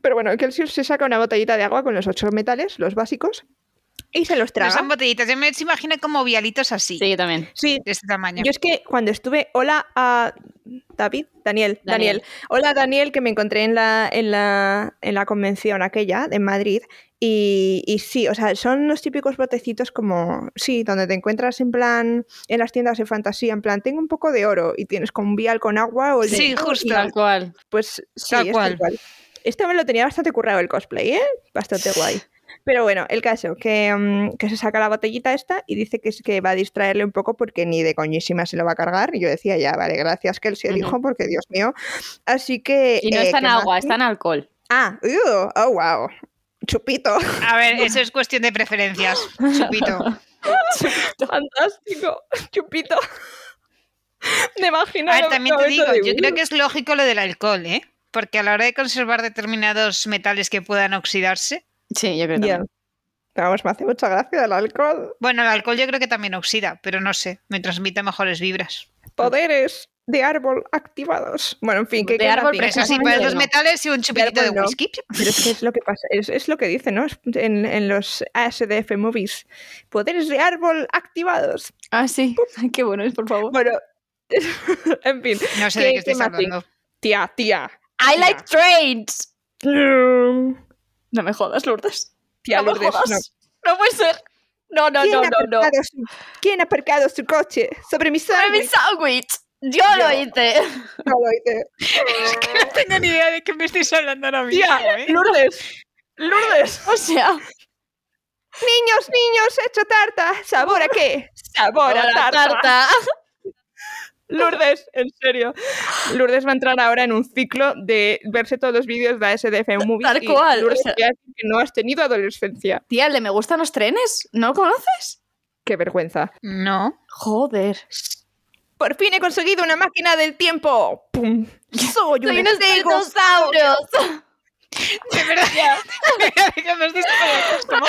Speaker 4: Pero bueno, que el Sier se saca una botellita de agua con los ocho metales, los básicos, y se los
Speaker 3: No
Speaker 4: traga.
Speaker 3: son botellitas, yo me los imagino como vialitos así,
Speaker 1: Sí, yo también.
Speaker 4: Sí,
Speaker 3: de este tamaño.
Speaker 4: Yo es que cuando estuve, hola a David, Daniel, Daniel,
Speaker 1: Daniel.
Speaker 4: hola Daniel, que me encontré en la, en la, en la convención aquella en Madrid. Y, y sí, o sea, son los típicos botecitos como, sí, donde te encuentras en plan, en las tiendas de fantasía, en plan, tengo un poco de oro y tienes con un vial con agua o el de-
Speaker 3: Sí, justo.
Speaker 1: Tal cual.
Speaker 4: pues sí,
Speaker 3: Tal
Speaker 4: es
Speaker 3: cual.
Speaker 4: tal cual. Este me lo tenía bastante currado el cosplay, ¿eh? Bastante guay. Pero bueno, el caso, que, mm, que se saca la botellita esta y dice que es que va a distraerle un poco porque ni de coñísima se lo va a cargar. Y yo decía, ya, vale, gracias que él se
Speaker 1: Ujú.
Speaker 4: dijo, porque Dios mío. Así que.
Speaker 1: Y no
Speaker 4: eh,
Speaker 1: está en
Speaker 4: que
Speaker 1: agua,
Speaker 4: Maki-
Speaker 1: está en alcohol.
Speaker 4: Ah, ¡uh! oh, wow. Chupito.
Speaker 3: A ver, eso es cuestión de preferencias, chupito.
Speaker 4: Fantástico. Chupito. Me imagino.
Speaker 3: A
Speaker 4: en
Speaker 3: ver,
Speaker 4: un
Speaker 3: también te
Speaker 4: momento
Speaker 3: digo,
Speaker 4: de,
Speaker 3: yo
Speaker 4: "Uh".
Speaker 3: creo que es lógico lo del alcohol, ¿eh? Porque a la hora de conservar determinados metales que puedan oxidarse,
Speaker 1: Sí, yo creo
Speaker 4: Ya.
Speaker 1: que
Speaker 4: Pero vamos, me hace mucha gracia el alcohol.
Speaker 3: Bueno, el alcohol yo creo que también oxida, pero no sé, me transmite mejores vibras.
Speaker 4: Poderes de árbol activados. Bueno, en fin, que
Speaker 1: De árbol,
Speaker 3: Pero eso sí,
Speaker 1: Exactamente,
Speaker 3: para dos
Speaker 1: no.
Speaker 3: metales y un chupitito
Speaker 4: árbol
Speaker 3: de
Speaker 4: no.
Speaker 3: whisky.
Speaker 4: Pero es que es lo que pasa, es, es lo que dice, ¿no? Es En, en los ASDF movies. Poderes de árbol activados.
Speaker 1: Ah, sí. Ay, qué bueno es, por favor.
Speaker 4: Bueno, en fin.
Speaker 3: No sé de
Speaker 4: ¿Qué-
Speaker 3: qué estáis
Speaker 4: qué más
Speaker 3: hablando.
Speaker 4: Tía, tía.
Speaker 1: I
Speaker 4: Mira.
Speaker 1: like trains.
Speaker 4: Tía
Speaker 1: No me jodas, Lourdes. no me
Speaker 4: Lourdes, no.
Speaker 1: jodas. No puede ser. No, no,
Speaker 4: ¿Quién,
Speaker 1: no,
Speaker 4: ha
Speaker 1: no, no.
Speaker 4: aparcado su- ¿Quién ha aparcado su coche? Sobre mi
Speaker 1: Para mi
Speaker 4: sándwich?
Speaker 1: sándwich. Yo lo hice.
Speaker 4: No lo hice.
Speaker 3: No tengo ni idea de qué me estáis hablando ahora mismo.
Speaker 4: Tía,
Speaker 3: ¿eh?
Speaker 4: Lourdes. Lourdes.
Speaker 1: O sea,
Speaker 4: Niños, niños, he hecho tarta. ¿Sabor a qué? Sabor
Speaker 1: ahora
Speaker 4: a tarta. Lourdes, en serio. Lourdes va a entrar ahora en un ciclo de verse todos los vídeos de ASDF Movies.
Speaker 1: Tal
Speaker 4: y
Speaker 1: cual,
Speaker 4: Lourdes,
Speaker 1: o sea-
Speaker 4: te hace que no has tenido adolescencia.
Speaker 1: Tía, el de me gustan los trenes. ¿No lo conoces?
Speaker 4: Qué vergüenza.
Speaker 3: No.
Speaker 1: Joder.
Speaker 4: Por fin he conseguido una máquina del tiempo. ¡Pum! Soy un
Speaker 1: Soy unos
Speaker 4: estegos-
Speaker 1: dinosaurios.
Speaker 3: De verdad, de que me estáis hablando. Es como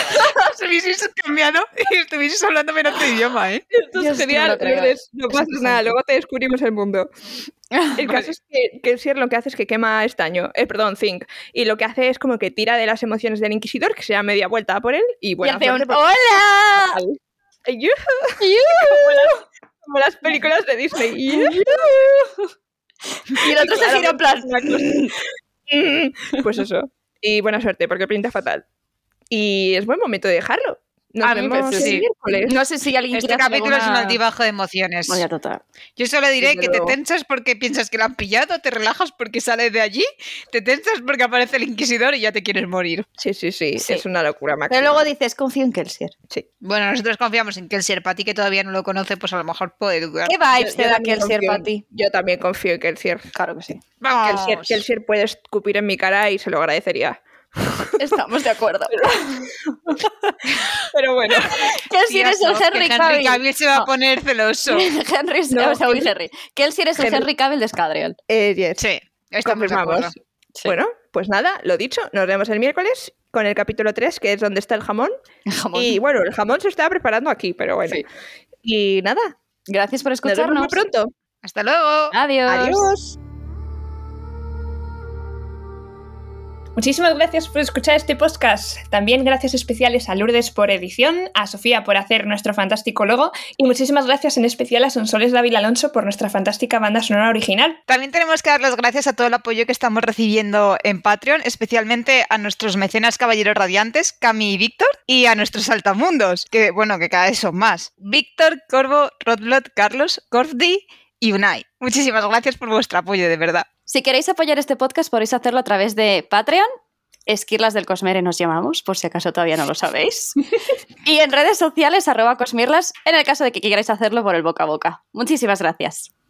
Speaker 3: si hubieseis cambiado y estuvieseis hablando en otro idioma, ¿eh?
Speaker 4: Esto
Speaker 1: Dios,
Speaker 4: es
Speaker 1: que no
Speaker 4: genial,
Speaker 1: lo creo.
Speaker 4: Lourdes. No
Speaker 1: Es
Speaker 4: pasa nada,
Speaker 1: impresionante.
Speaker 4: luego te descubrimos el mundo. El caso es que, que Sir lo que hace es que quema estaño, eh, perdón, zinc, y lo que hace es como que tira de las emociones del inquisidor, que se da media vuelta a por él, y
Speaker 1: Y
Speaker 4: bueno,
Speaker 1: hace un oh. ¡Hola!
Speaker 4: como las películas de Disney.
Speaker 1: Y el otro se
Speaker 4: Claro,
Speaker 1: gira en plan.
Speaker 4: una cosa. pues eso. Y buena suerte, porque pinta fatal. Y es buen momento de dejarlo. Nos
Speaker 1: A mí me
Speaker 4: vemos
Speaker 1: parece,
Speaker 4: el
Speaker 3: sí.
Speaker 4: miércoles.
Speaker 1: No sé si alguien
Speaker 3: Este
Speaker 1: quiere hacer
Speaker 3: capítulo es un
Speaker 1: alguna-
Speaker 3: altibajo de emociones.
Speaker 1: Bueno, ya total.
Speaker 3: Yo solo diré
Speaker 4: Desde
Speaker 3: que te
Speaker 4: luego.
Speaker 3: tensas porque piensas que lo han pillado, te relajas porque sales de allí, te tensas porque aparece el inquisidor y ya te quieres morir.
Speaker 4: Sí, sí, sí,
Speaker 1: Sí.
Speaker 4: Es una locura, Max.
Speaker 1: Pero luego dices, confío en Kelsier.
Speaker 3: Bueno, nosotros confiamos en que el Serpati, que todavía no lo conoce, pues a lo mejor puede dudar.
Speaker 1: ¿Qué vibes
Speaker 4: Yo-
Speaker 1: te
Speaker 4: yo
Speaker 1: da
Speaker 4: también
Speaker 1: Kelsier
Speaker 4: confío en-
Speaker 1: para ti?
Speaker 4: Yo también confío en que el cierre.
Speaker 1: Claro que sí.
Speaker 4: Que el
Speaker 3: Vamos.
Speaker 4: Sir- que el Sir puede escupir en mi cara y se lo agradecería.
Speaker 1: Estamos de acuerdo.
Speaker 4: Pero bueno,
Speaker 1: Kelsier
Speaker 3: Tías,
Speaker 1: es el
Speaker 3: no, que
Speaker 1: Henry Cavill.
Speaker 3: se va
Speaker 4: Oh.
Speaker 1: No.
Speaker 3: a poner celoso.
Speaker 1: Henry,
Speaker 4: No,
Speaker 1: o sea, uy, Henry. Kelsier es el
Speaker 4: Henry.
Speaker 1: Henry Cavill de Scadrial.
Speaker 4: eh, yes,
Speaker 3: Sí, estamos de acuerdo.
Speaker 4: confirmamos. Bueno, pues nada, lo dicho, nos vemos el miércoles con el capítulo 3, que es donde está el jamón.
Speaker 1: Jamón.
Speaker 4: Y bueno, el jamón se está preparando aquí, pero bueno.
Speaker 1: Sí.
Speaker 4: Y nada,
Speaker 1: Gracias por
Speaker 4: nos vemos muy
Speaker 1: escucharnos.
Speaker 4: pronto.
Speaker 3: Hasta luego.
Speaker 4: Adiós.
Speaker 5: Muchísimas gracias por escuchar este podcast. También gracias especiales a Lourdes por edición, a Sofía por hacer nuestro fantástico logo y muchísimas gracias en especial a Sonsoles Dávila Alonso por nuestra fantástica banda sonora original.
Speaker 3: También tenemos que dar las gracias a todo el apoyo que estamos recibiendo en Patreon, especialmente a nuestros mecenas caballeros radiantes, Cami y Víctor, y a nuestros altamundos, que bueno, que cada vez son más. Víctor, Corvo, Rodlot, Carlos, Corfdi y Unai. Muchísimas gracias por vuestro apoyo, de verdad.
Speaker 1: Si queréis apoyar este podcast, podéis hacerlo a través de Patreon. Esquirlas del Cosmere nos llamamos, por si acaso todavía no lo sabéis. y en redes sociales, arroba Cosmirlas, en el caso de que queráis hacerlo por el boca a boca. Muchísimas gracias.